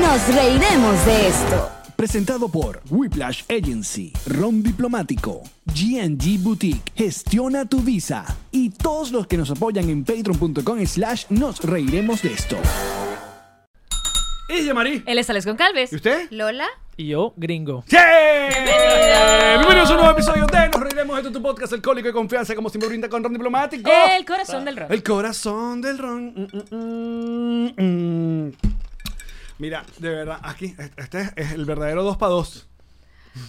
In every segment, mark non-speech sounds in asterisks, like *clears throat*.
Nos reiremos de esto. Presentado por Whiplash Agency, Ron Diplomático, GNG Boutique, Gestiona tu Visa y todos los que nos apoyan en patreon.com slash nos reiremos de esto. ¡Ella, Marí! Él es Alex Goncalves. ¿Y usted? Lola. Y yo, *laughs* gringo. ¡Sí! Bienvenidos a un nuevo episodio de Nos Reiremos. Esto es tu podcast alcohólico de confianza, como siempre brinda con Ron Diplomático. El corazón del rock. El corazón del ron. Mm, mm, mm, mm. Mira, de verdad, aquí, este es el verdadero 2 para 2.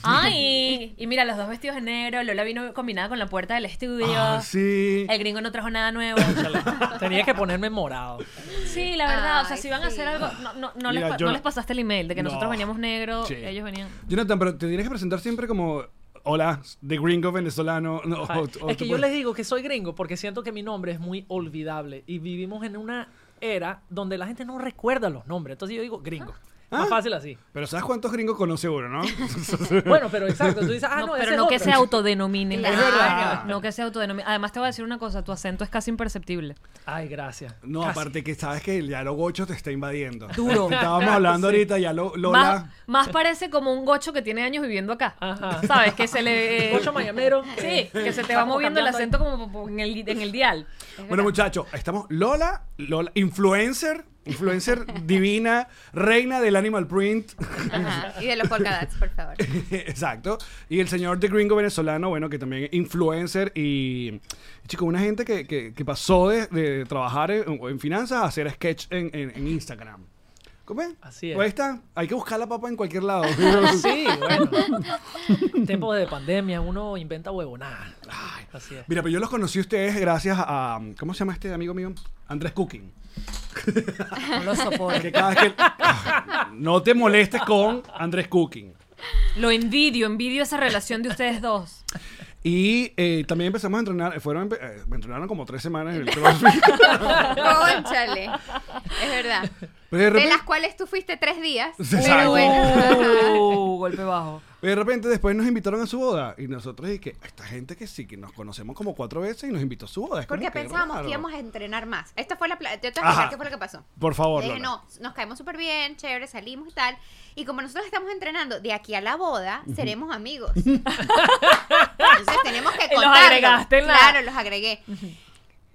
Ay, y mira, los dos vestidos de negro. Lola vino combinada con la puerta del estudio. Ah, sí. El gringo no trajo nada nuevo. Tenía que ponerme morado. Sí, la verdad. o sea, Ay, si van a sí. hacer algo. No, no, no Mira, les, pa- yo no no- les pasaste el email de que No. nosotros veníamos negro. Sí. Ellos venían. Jonathan, pero te tienes que presentar siempre como Hola, de gringo venezolano. *laughs* No, Ay, o- o es que tú yo puedes- les digo que soy gringo porque siento que mi nombre es muy olvidable y vivimos en una era donde la gente no recuerda los nombres. Entonces yo digo gringo. Ah. Más fácil así. Pero ¿sabes cuántos gringos conoce uno, no? *laughs* Bueno, pero exacto. Tú dices, ah, *laughs* No, no, ese pero es no que otro. se autodenominen. Claro. Es verdad. No que se autodenominen. Además, te voy a decir una cosa: tu acento es casi imperceptible. Ay, gracias. No, Casi. aparte que sabes que el Yalo Gocho te está invadiendo. Duro. Estábamos hablando ahorita, ya lo- Más, Lola. más parece como un gocho que tiene años viviendo acá. Ajá. ¿Sabes? Que se *laughs* le. eh, Ocho mayamero. Sí, Eh, que se te va vamos moviendo el cambiando ahí. acento como po- en el, en el dial. Bueno, muchachos, estamos Lola, Lola, influencer, *laughs* influencer divina, reina del animal print. Ajá. Y de los polkadats, por favor. *laughs* Exacto. Y el señor de gringo venezolano, bueno, que también es influencer y, chico, una gente que, que- que pasó de, de trabajar en, en finanzas a hacer sketch en, en- en Instagram. ¿Cómo es? Así es. Ahí está. Hay que buscar la papa en cualquier lado. *laughs* Sí, bueno. Tiempos de pandemia, uno inventa huevonadas. Así es. Mira, pero yo los conocí a ustedes gracias a, ¿cómo se llama este amigo mío? Andrés Cooking. No lo soporto. Que cada vez que- no te molestes con Andrés Cooking. Lo envidio, envidio esa relación de ustedes dos. Y eh, también empezamos a entrenar, fueron, empe- eh, me entrenaron como tres semanas en *laughs* el CrossFit. Cónchale. Es verdad. Pero de De repente, las cuales tú fuiste tres días. *laughs* Exacto. Pero Oh. bueno. Uh, golpe bajo. de repente después nos invitaron a su boda y nosotros y que esta gente que sí, que nos conocemos como cuatro veces y nos invitó a su boda. Es como Porque que pensábamos raro. que íbamos a entrenar más. Esta fue la. pla- Te voy a Ajá. explicar qué fue lo que pasó. Por favor, Le dije, Lola. Eh, no, nos caemos súper bien, chévere, salimos y tal. Y como nosotros estamos entrenando de aquí a la boda, seremos *laughs* amigos. Entonces tenemos que Y los contarlo. agregaste en la- Claro, los agregué.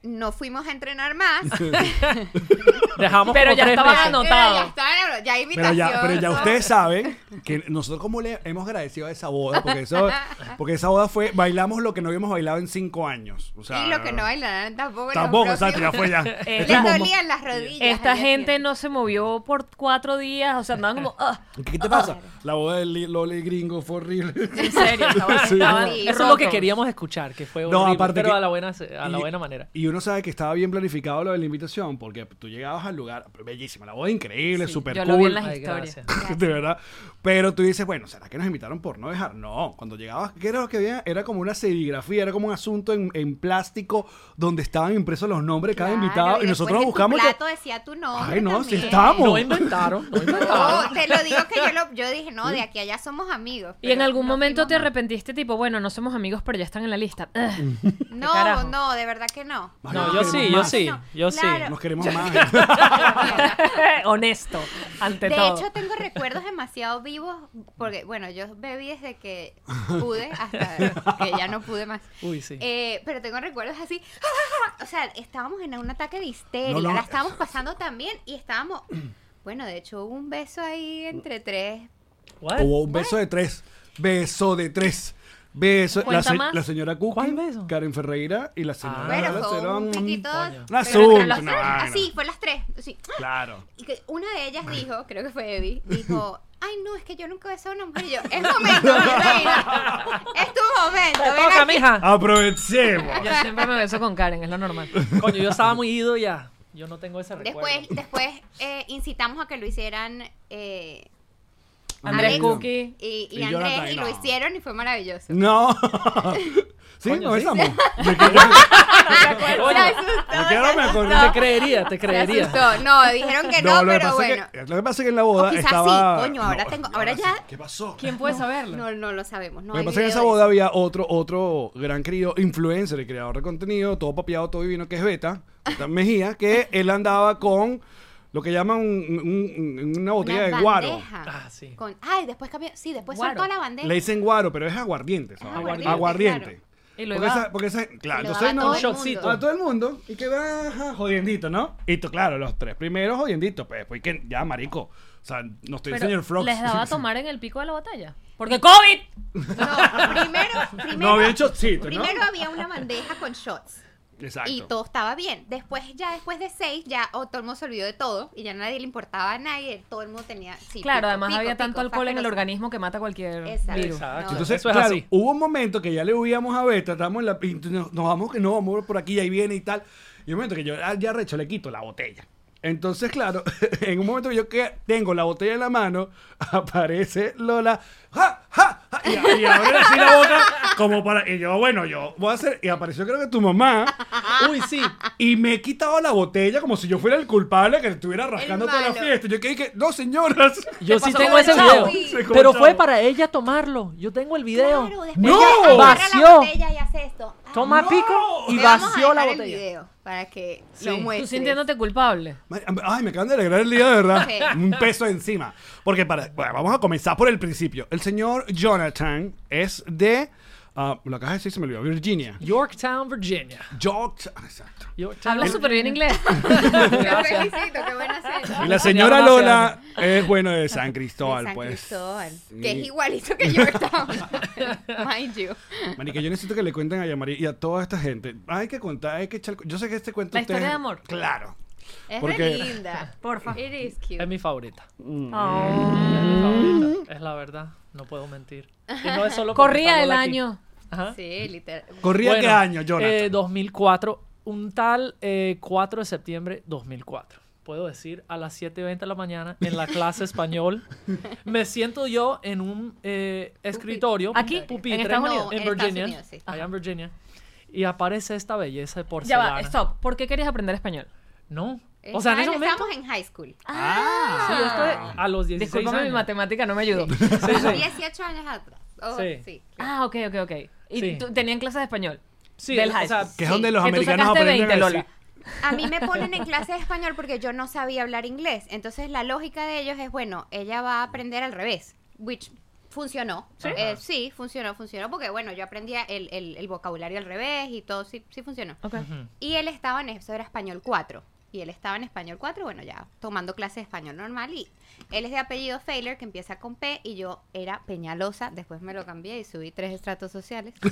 No fuimos a *laughs* entrenar más. Dejamos Pero como ya tres estaba meses. ganando. Pero ya Anotado. está, ya hay Pero invitación. ya, pero ya ¿no? ustedes saben que nosotros como le hemos agradecido a esa boda, porque, *laughs* eso, porque esa boda fue, bailamos lo que no habíamos bailado en cinco años. O sea, Y lo que no bailarán tampoco. Tampoco, los exacto, ya fue ya. *laughs* *laughs* Les Fuimos- dolían las rodillas. Esta al día gente siguiente. no se movió por cuatro días, o sea, andaban como. ah, ¿Qué te pasa? La boda de Li- Loli Gringo fue horrible. *laughs* en serio, estaban. Sí. estaban Sí, Eso es lo que rotos. queríamos escuchar, que fue No, horrible, aparte pero que- a la buena, a la Y- buena manera. Y uno sabe que estaba bien planificado lo de la invitación, porque tú llegabas al lugar, bellísimo, la boda increíble, Sí, súper yo cool. lo vi en las Ay, historias. gracias. *laughs* de verdad. Pero tú dices, bueno, ¿será que nos invitaron por no dejar? No, cuando llegabas, ¿qué era lo que había? Era como una serigrafía, era como un asunto en, en plástico donde estaban impresos los nombres de cada Claro, invitado y, después nosotros en tu buscamos... que- plato decía tu nombre. Ay, no, también. si estamos. No inventaron, no inventaron. No, te lo digo que yo, lo, yo dije, no, de aquí a allá somos amigos. Y en pero algún no momento te fuimos arrepentiste, tipo, bueno, no somos amigos, pero ya están en la lista. *laughs* *laughs* Ugh. más. No, carajo. no, de verdad que no. Ay, *laughs* No, nos yo queremos sí, yo más. sí, yo sí. *laughs* Claro. Nos queremos más. Honesto, ante De todo. hecho, tengo recuerdos demasiado vivos porque, bueno, yo bebí desde que pude hasta que ya no pude más. Uy, sí. Eh, pero tengo recuerdos así. O sea, estábamos en un ataque de histeria. No, no, la estábamos pasando también y estábamos Bueno, de hecho hubo un beso ahí entre tres. What? Hubo un beso de tres. Beso de tres. Beso. La, Cuenta se- más. la señora Cookie, ¿Cuál beso? Karen Ferreira y la señora. Ah, Bueno, la fue un señora- poquito. coño. Un pero entre asunto, los una tres, vaina. Así, fue las tres. así. Claro. Y que una de ellas dijo, creo que *laughs* fue Evi, dijo, ay no, es que yo nunca he besado a una mujer. Y yo, *laughs* es momento, mi reina. Es tu momento. Te ven toca, aquí". mija. Aprovechemos. Yo siempre me beso con Karen, es lo normal. Coño, yo estaba muy ido ya. Yo no tengo ese recuerdo. Después, después eh, incitamos a que lo hicieran eh, *laughs* Andrés Alex. Cookie. y, y Y Andrés Jonathan, y no. lo hicieron y fue maravilloso. No. Sí, Coño, nos sí. besamos. Me quiero- *laughs* Coño, me quiero me acordé. te creería, te Me creería. asustó. No, *laughs* dijeron que no, lo que pero pasa es que- bueno. lo que pasa es que en la O boda quizás estaba. sí, coño, ahora tengo- ahora sí. ya- ¿Qué pasó? ¿Quién puede *laughs* saberlo? No, no lo sabemos. No lo hay que pasa es que en esa video de boda había otro, otro gran querido influencer y creador de contenido, todo papiado, todo divino, que es Beta, *laughs* Beta Mejía, que él andaba con lo que llaman un- un- un- una eso. botella Una de guaro. bandeja Ah, sí. con- ay, después cambió. Sí, después Guaro. soltó la bandeja. Le dicen guaro, pero es aguardiente. ¿sabes? aguardiente, Aguardiente. Y lo Porque iba- esa- porque esa- claro, Lo entonces daba Ah, no, todo el shotcito. mundo. a todo el mundo y que baja jodiendito, ¿no? Y tú, claro, los tres primeros jodienditos, pues, pues que ya, marico. O sea, no estoy Pero, señor Frogs. ¿Les *laughs* daba a tomar en el pico de la batalla? Porque COVID. No, primero, primero, No, había shotcito, ¿no? primero había una bandeja con shots. Exacto. Y todo estaba bien. Después, ya después de seis, ya oh, todo el mundo se olvidó de todo. Y ya nadie le importaba a nadie. Todo el mundo tenía. sí, Claro, pico, además pico, había pico, tanto alcohol en el fabuloso. organismo que mata cualquier Exacto. virus. Exacto. No. Entonces, Ah, Eso es claro, así. hubo un momento que ya le huíamos a Beta, estábamos en la y nos, nos vamos que no, vamos por aquí, ahí viene y tal. Y un momento que yo ah, ya recho le quito la botella. Entonces, claro, *laughs* en un momento que yo que tengo la botella en la mano, *laughs* aparece Lola, ¡ja, ja! ja! y, a- y abre así la boca como para... Y yo, bueno, yo voy a hacer... Y apareció creo que tu mamá Uy, sí. y me he quitado la botella como si yo fuera el culpable que le estuviera rascando toda la malo. fiesta. Yo que dije, no, señoras. *laughs* Yo sí pasó tengo como ese el video. chavo. Sí. Se Pero conchó. fue para ella tomarlo. Yo tengo el video. Claro, después ¡No! ella agarra Vació. La botella y hace esto. Ah, Toma ¡No! pico y te vamos a vació la dejar el botella. video para que Sí. lo Tú Tú muestres. *laughs* sintiéndote culpable. Madre- Ay, me acaban de alegrar el día, de verdad. Sí. Un peso encima. Porque para, bueno, vamos a comenzar por el principio. El señor Jonathan es de. ah, lo acabas de decir, se me olvidó. Virginia. Yorktown, Virginia. George. ah, Exacto. Yorktown. Habla súper bien inglés. Te Gracias. felicito, qué buena serie. Y la señora Ya, Lola es bueno de San De Cristóbal, San pues. Cristóbal, Sí. que es igualito que yo estaba. *laughs* Mind you. Marica, yo necesito que le cuenten a Yamari y a toda esta gente. Hay que contar, hay que echar. Yo sé que este cuento. La historia ustedes- de amor. Claro. Es Porque- re *laughs* linda. Porfa. It is Es cute. mi favorita. Oh. Es mi favorita. Es la verdad. No puedo mentir. Y no es solo por Corría el estarlo aquí. año. Ajá. Sí, literal. ¿Corría Bueno, qué año, Jonathan? eh, 2004. Un tal eh, 4 de septiembre 2004. Puedo decir a las 7.20 de la mañana en la clase *laughs* español. Me siento yo en un eh, escritorio. Aquí, en pupitre, Estados Unidos. No, en En Estados Virginia. Unidos, sí. Allá en Virginia. Y aparece esta belleza de Ya porcelana. va, stop. ¿Por qué querías aprender español? No. Eh, O sea, en ese ¿saben? momento. Estábamos en high school. ah. Sí, yo estoy a los 16 Disculpame, mi años. matemática no me ayudó. Sí, sí. 18 años atrás. Oh, Sí. sí. Ah, ok, ok, ok. Y Sí. tú- tenían clases de español. Sí, Del o high sea, school. que es sí. donde los que tú americanos sacaste aprenden 20, a Lola. decir. *laughs* A mí me ponen en clase de español porque yo no sabía hablar inglés. Entonces la lógica de ellos es, bueno, ella va a aprender al revés, which funcionó. Eh, ¿Sí? funcionó, funcionó porque, bueno, yo aprendía el, el- el vocabulario al revés y todo, sí, sí funcionó. Ok. Y él estaba en, eso era español 4. Y él estaba en español 4, bueno, ya tomando clase de español normal. Y él es de apellido Failer, que empieza con P, y yo era Peñalosa. Después me lo cambié y subí tres estratos sociales. *laughs*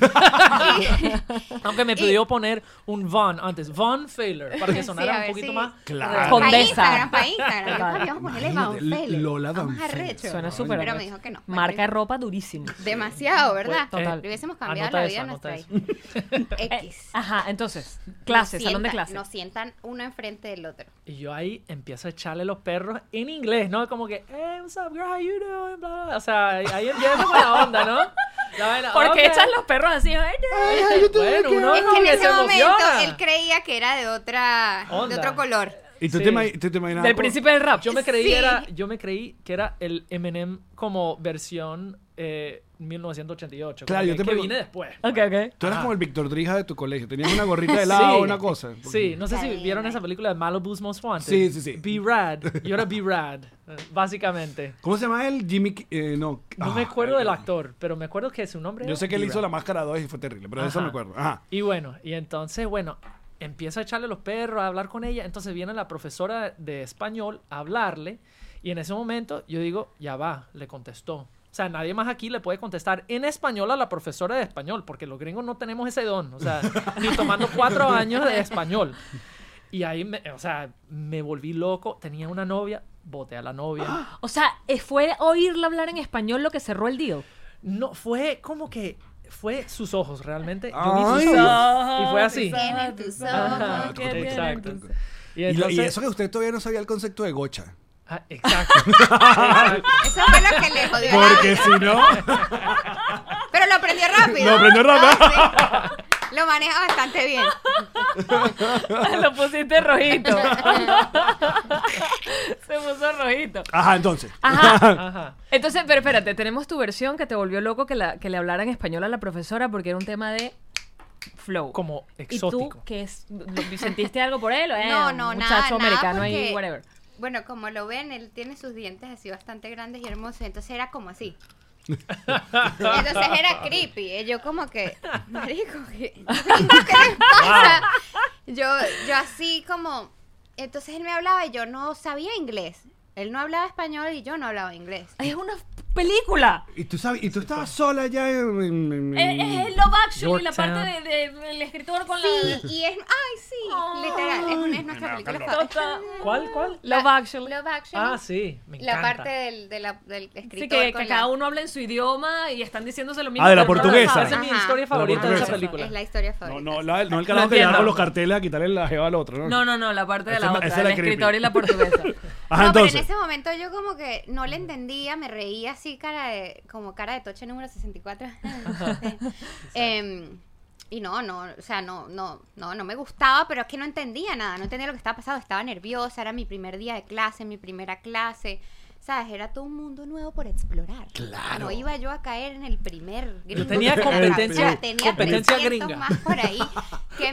Aunque me pidió poner un Von antes. Von Failer. Para que *laughs* Sí, sonara a un ver, poquito sí. más. Claro. Condesa. Para Instagram, para Instagram. Yo creo que íbamos a ponerle Van Imagínate, Failer. Lola Van Vamos a Failer. recho. Suena súper. Pero me arrecho. dijo que no. Bueno, Marca de ropa durísimo. Demasiado, ¿verdad? Pues, total. Le hubiésemos cambiado Anota la eso, vida a anota nuestra eso. *laughs* hija. Eh, X. ajá, entonces, clases, Nos salón de sientan- clases. Nos sientan uno enfrente del otro. Y yo ahí empiezo a echarle los perros en inglés, ¿no? Como que, hey, what's up, girl, how you doing? Bla, bla, bla. O sea, ahí- ahí empiezo con la onda, ¿no? La vaina, ¿Por qué ok. echan los perros así? Ay, no. Bueno, uno es que en que ese se momento emociona. él creía que era de otra Onda. de otro color. Y tú Sí. te, ima- tú te imaginas. Del príncipe del rap. Yo me creí Sí. era, yo me creí que era el Eminem como versión eh, 1988. Claro, como yo que, te que pregun- vine después. pues. Ok, ok. Tú eras como el Víctor Drija de tu colegio. Tenías una gorrita de lado, Sí. una cosa. Sí, no sé si Está vieron bien. esa película de Malibu's Most Wanted. Sí, sí, sí. Be Rad. Yo era Be Rad, eh, básicamente. ¿Cómo se llama él? Jimmy. K- eh, no. No Ah, me acuerdo eh, del actor, pero me acuerdo que su nombre Yo era sé que él Be hizo Rad. la máscara 2 y fue terrible, pero de eso Ajá. me acuerdo. Ajá. Y bueno, y entonces, bueno, empiezo a echarle los perros, a hablar con ella. Entonces viene la profesora de español a hablarle Y en ese momento yo digo, ya va, le contestó. O sea, nadie más aquí le puede contestar en español a la profesora de español, porque los gringos no tenemos ese don. O *laughs* sea, ni tomando cuatro años de español. Y ahí, me, o sea, me volví loco. Tenía una novia, boté a la *gasps* novia. O sea, eh, fue oírla hablar en español lo que cerró el deal. No, fue como que fue sus ojos realmente. Yo vi Ay. sus ojos y fue así. Tienen tus Ajá, ojos. que tienen exacto. tus Y, Y, lo- y entonces- eso que usted todavía no sabía el concepto de *laughs* gocha. Ah, exacto. *laughs* Eso fue lo que le jodió. Porque si no, Pero lo aprendió rápido. Lo aprendió rápido. Ah, sí. Lo maneja bastante bien. lo pusiste rojito. Se puso rojito. ajá, entonces. Ajá. Ajá. Entonces, pero espérate, tenemos tu versión que te volvió loco que, la, que le hablara en español a la profesora porque era un tema de flow. Como ¿Y tú exótico. qué es? lo- ¿Sentiste algo por él? o, eh, No, no, un nada, Muchacho nada, americano ahí, porque- whatever. Bueno, como lo ven, él tiene sus dientes así bastante grandes y hermosos. Entonces era como así. *laughs* Entonces era creepy. eh, Yo como que, marico, ¿qué, *laughs* ¿qué les pasa? Yo, yo así como... Entonces él me hablaba y yo no sabía inglés. Él no hablaba español y yo no hablaba inglés. Es una f- película. Y tú, sabes, y tú estabas sola ya en... en- en- Es, es el Love Actually, la Yorktown. parte del de, del escritor con *laughs* Sí, la... y es... ¡Ay, sí! literal, es, una- es nuestra película favorita. Oh. *laughs* Total. ¿Cuál, cuál? Love Actually. Love Actually. Ah, sí, me la encanta. parte del, de la- del escritor. Sí, que, con que la- cada uno habla en su idioma y están diciéndose lo mismo. Ah, de la pero no lo portuguesa. saben. Esa es mi Ajá. historia favorita de esa portuguesa. película. Es la historia favorita. No, no, la- no No el carajo que llegaba entiendo. con los carteles a quitarle la jeva al otro, ¿no? No, no, no, la parte de Esa es la la- otra, esa es el la creepy. escritor y *laughs* la portuguesa. Ajá, no, entonces. pero en ese momento yo como que no le entendía, me reía así cara de, como cara de toche número *laughs* 64. Em, y no, no, o sea, no, no, no, no me gustaba, pero es que no entendía nada, no entendía lo que estaba pasando, estaba nerviosa, era mi primer día de clase, mi primera clase. ¿Sabes? Era todo un mundo nuevo por explorar. Claro. No iba yo a caer en el primer gringo. *laughs* tenía que competencia- atrapara, tenía competencia 300 gringa. más por ahí que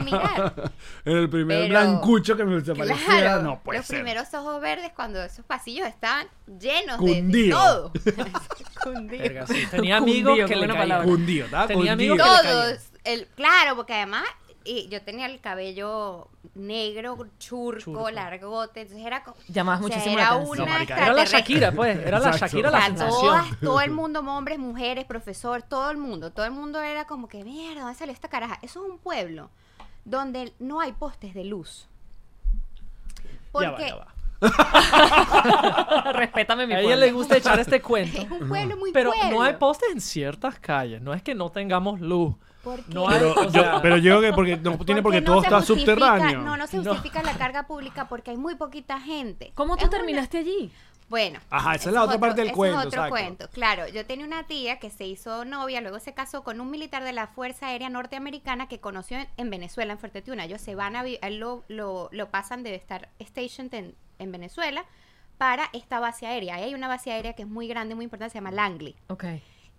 *laughs* mirar. En el primer Pero- blancucho que me desapareciera, Claro, no puede los ser. primeros ojos verdes cuando esos pasillos estaban llenos de- de, Cundido. todo. Verga, *laughs* *laughs* sí. Tenía amigos Cundido, que qué le buena caían. palabra. Cundido, ¿está? Tenía amigos Cundido. que- le Todos. El, claro, porque además y yo tenía el cabello negro, churco, Churco. largote, entonces era como... Llamabas o sea, muchísimo era la atención. No, una marica, Era la extraterrestre. Shakira, pues. Era la Exacto. Shakira O la sea, todas, sensación. todo el mundo, hombres, mujeres, profesor, todo el mundo, todo el mundo era como que, mierda, ¿dónde salió esta caraja? Eso es un pueblo donde no hay postes de luz. Porque Ya va, ya va. Respétame mi A pueblo. ella le gusta echar este cuento. es un pueblo *laughs* muy Pero pueblo. no hay postes en ciertas calles. No es que no tengamos luz. ¿Por qué? No hay. Pero, o sea, yo, pero yo creo que porque, no, tiene porque no todo se está justifica- subterráneo. No, no se No. justifica la carga pública porque hay muy poquita gente. ¿Cómo Es tú una- terminaste allí? Bueno. Ajá, esa es ese la otra otro- parte del ese cuento, Es otro exacto. cuento. Claro, yo tenía una tía que se hizo novia, luego se casó con un militar de la Fuerza Aérea Norteamericana que conoció en, en Venezuela, en Fuerteventura. Ellos se van a vi- a lo, lo, lo pasan de estar stationed en, en Venezuela para esta base aérea. Ahí hay una base aérea que es muy grande, muy importante, se llama Langley Ok.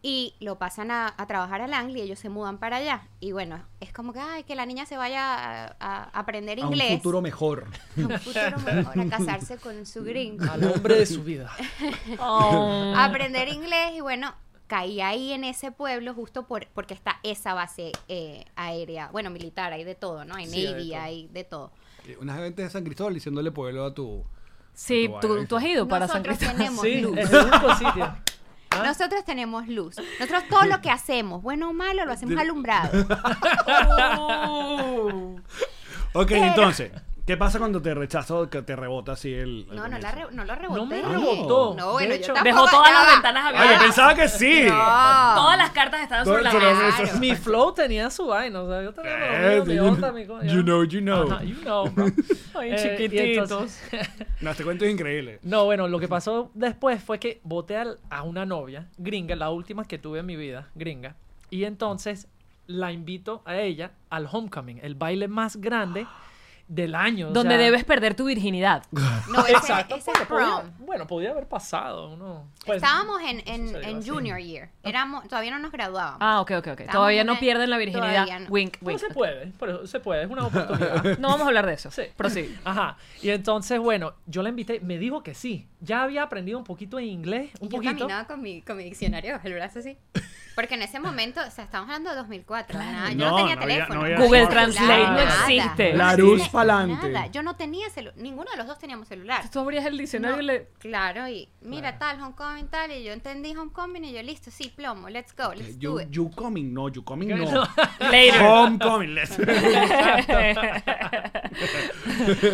y lo pasan a, a trabajar al Angli y ellos se mudan para allá. Y bueno, es como que, ay, que la niña se vaya a, a aprender A un inglés. futuro mejor. *laughs* a un futuro mejor, a casarse con su gringo. Al hombre de su vida. Oh. A Ah. aprender inglés y bueno, caí ahí en ese pueblo justo por, porque está esa base eh, aérea, bueno, militar, hay de todo, ¿no? Hay Sí, hay de Navy, todo. hay de todo. Unas eventos de San Cristóbal diciéndole pueblo a tu... Sí, tú, tú has ido para San Nosotros Cristóbal. tenemos *laughs* Sí, luz. es el único sitio. Ah. Nosotros tenemos luz. Nosotros todo lo que hacemos, bueno o malo, lo hacemos alumbrado. Ok, Pero- entonces, ¿qué pasa cuando te rechazo, que te rebota así el... No, el no, la comienzo? re- no lo reboté. me rebotó. No, De bueno, yo hecho- tampoco- Dejó todas ya las va. ventanas Ah, yo abiertas. pensaba que sí. No. Todas las cartas estaban Todo sobre la eso mesa. lo- eso- Claro. Mi flow tenía su vaina. O sea, yo tenía Eh, lo mío, mi you, onda, mi co- you know, you know. Ajá, you know, *laughs* bro. Ay, Eh, y chiquititos. entonces- No, este cuento es increíble. No, bueno, lo que pasó después fue que boté al- a una novia gringa, la última que tuve en mi vida, gringa, y entonces la invito a ella al homecoming, el baile más grande del año. o Donde sea- debes perder *laughs* tu virginidad. No, ese, Exacto. ese porque es podía- prom. bueno, podía haber pasado. ¿no? Pues, Estábamos en, en, sucedió en así. junior year. Éramos, todavía no nos graduábamos. Ah, ok, ok, ok. Todavía no en- pierden la virginidad. todavía no. Wink, Pero wink. se puede, pero se puede, es una *laughs* oportunidad. No vamos a hablar de eso. Sí. Prosigue. Ajá. Y entonces, bueno, yo la invité, me dijo que sí. Ya había aprendido un poquito de inglés, un Y yo poquito. caminaba con mi, con mi diccionario bajo el brazo así. Porque en ese momento, o sea, estamos hablando de 2004. nada, yo No, no tenía no había- teléfono. no había Google smartphone. Translate no Nada. existe. Larus pa'lante. Nada, yo no tenía celular, ninguno de los dos teníamos celular. Tú abrías el diccionario No, y le... Claro, y mira tal, homecoming tal, y yo entendí homecoming y yo listo, sí, plomo, let's go, let's do You, it. you coming, no, you coming, no. Later. Homecoming, let's- *laughs*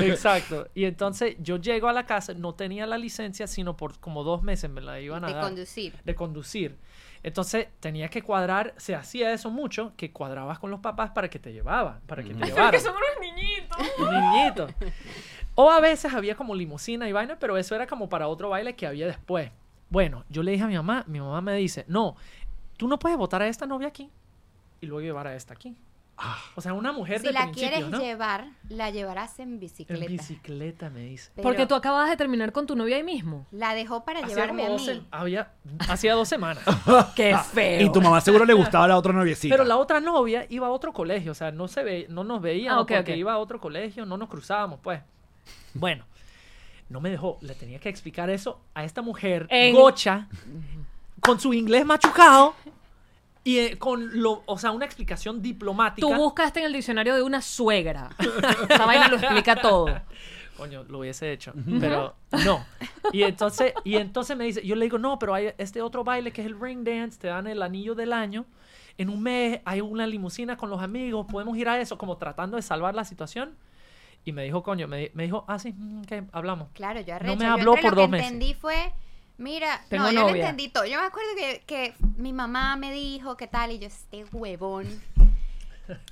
Exacto. Y entonces yo llego a la casa, no tenía la licencia, sino por como dos meses me la iban a de dar. conducir. de conducir. Entonces tenía que cuadrar, se hacía eso mucho, que cuadrabas con los papás para que te llevaban, para que te llevaran. que son unos *laughs* niñitos. Niñito. O a veces había como limusina y vaina, pero eso era como para otro baile que había después. Bueno, yo le dije a mi mamá, mi mamá me dice, no, tú no puedes votar a esta novia aquí y luego llevar a esta aquí. O sea, una mujer Si de la principio, quieres ¿no? llevar, la llevarás en bicicleta. En bicicleta, me dice. Pero Porque tú acabas de terminar con tu novia ahí mismo. La dejó para Hacía llevarme como a dos, mí. sem- había, hacía dos semanas. ¡Qué feo! Ah, Y tu mamá seguro le gustaba la otra noviecita. Pero la otra novia iba a otro colegio, o sea, no se ve, no nos veíamos Ah, ok, porque ok. iba a otro colegio, no nos cruzábamos, pues. Bueno, no me dejó, le tenía que explicar eso a esta mujer En- gocha con su inglés machucado y eh, con lo, o sea, una explicación diplomática. Tú buscaste en el diccionario de *laughs* una suegra. Esa vaina lo explica todo. Coño, lo hubiese hecho, pero no. Y entonces, y entonces me dice, yo le digo, no, pero hay este otro baile que es el ring dance, te dan el anillo del año. En un mes hay una limusina con los amigos, podemos ir a eso, como tratando de salvar la situación. Y me dijo, coño, me, me dijo, ah, sí, mm, ok, hablamos. Claro, yo arrecha. No me Yo habló entre por lo dos que meses. entendí fue, mira, Tengo no, yo lo novia. entendí todo. Yo me acuerdo que, que mi mamá me dijo qué tal y yo, este huevón. *laughs*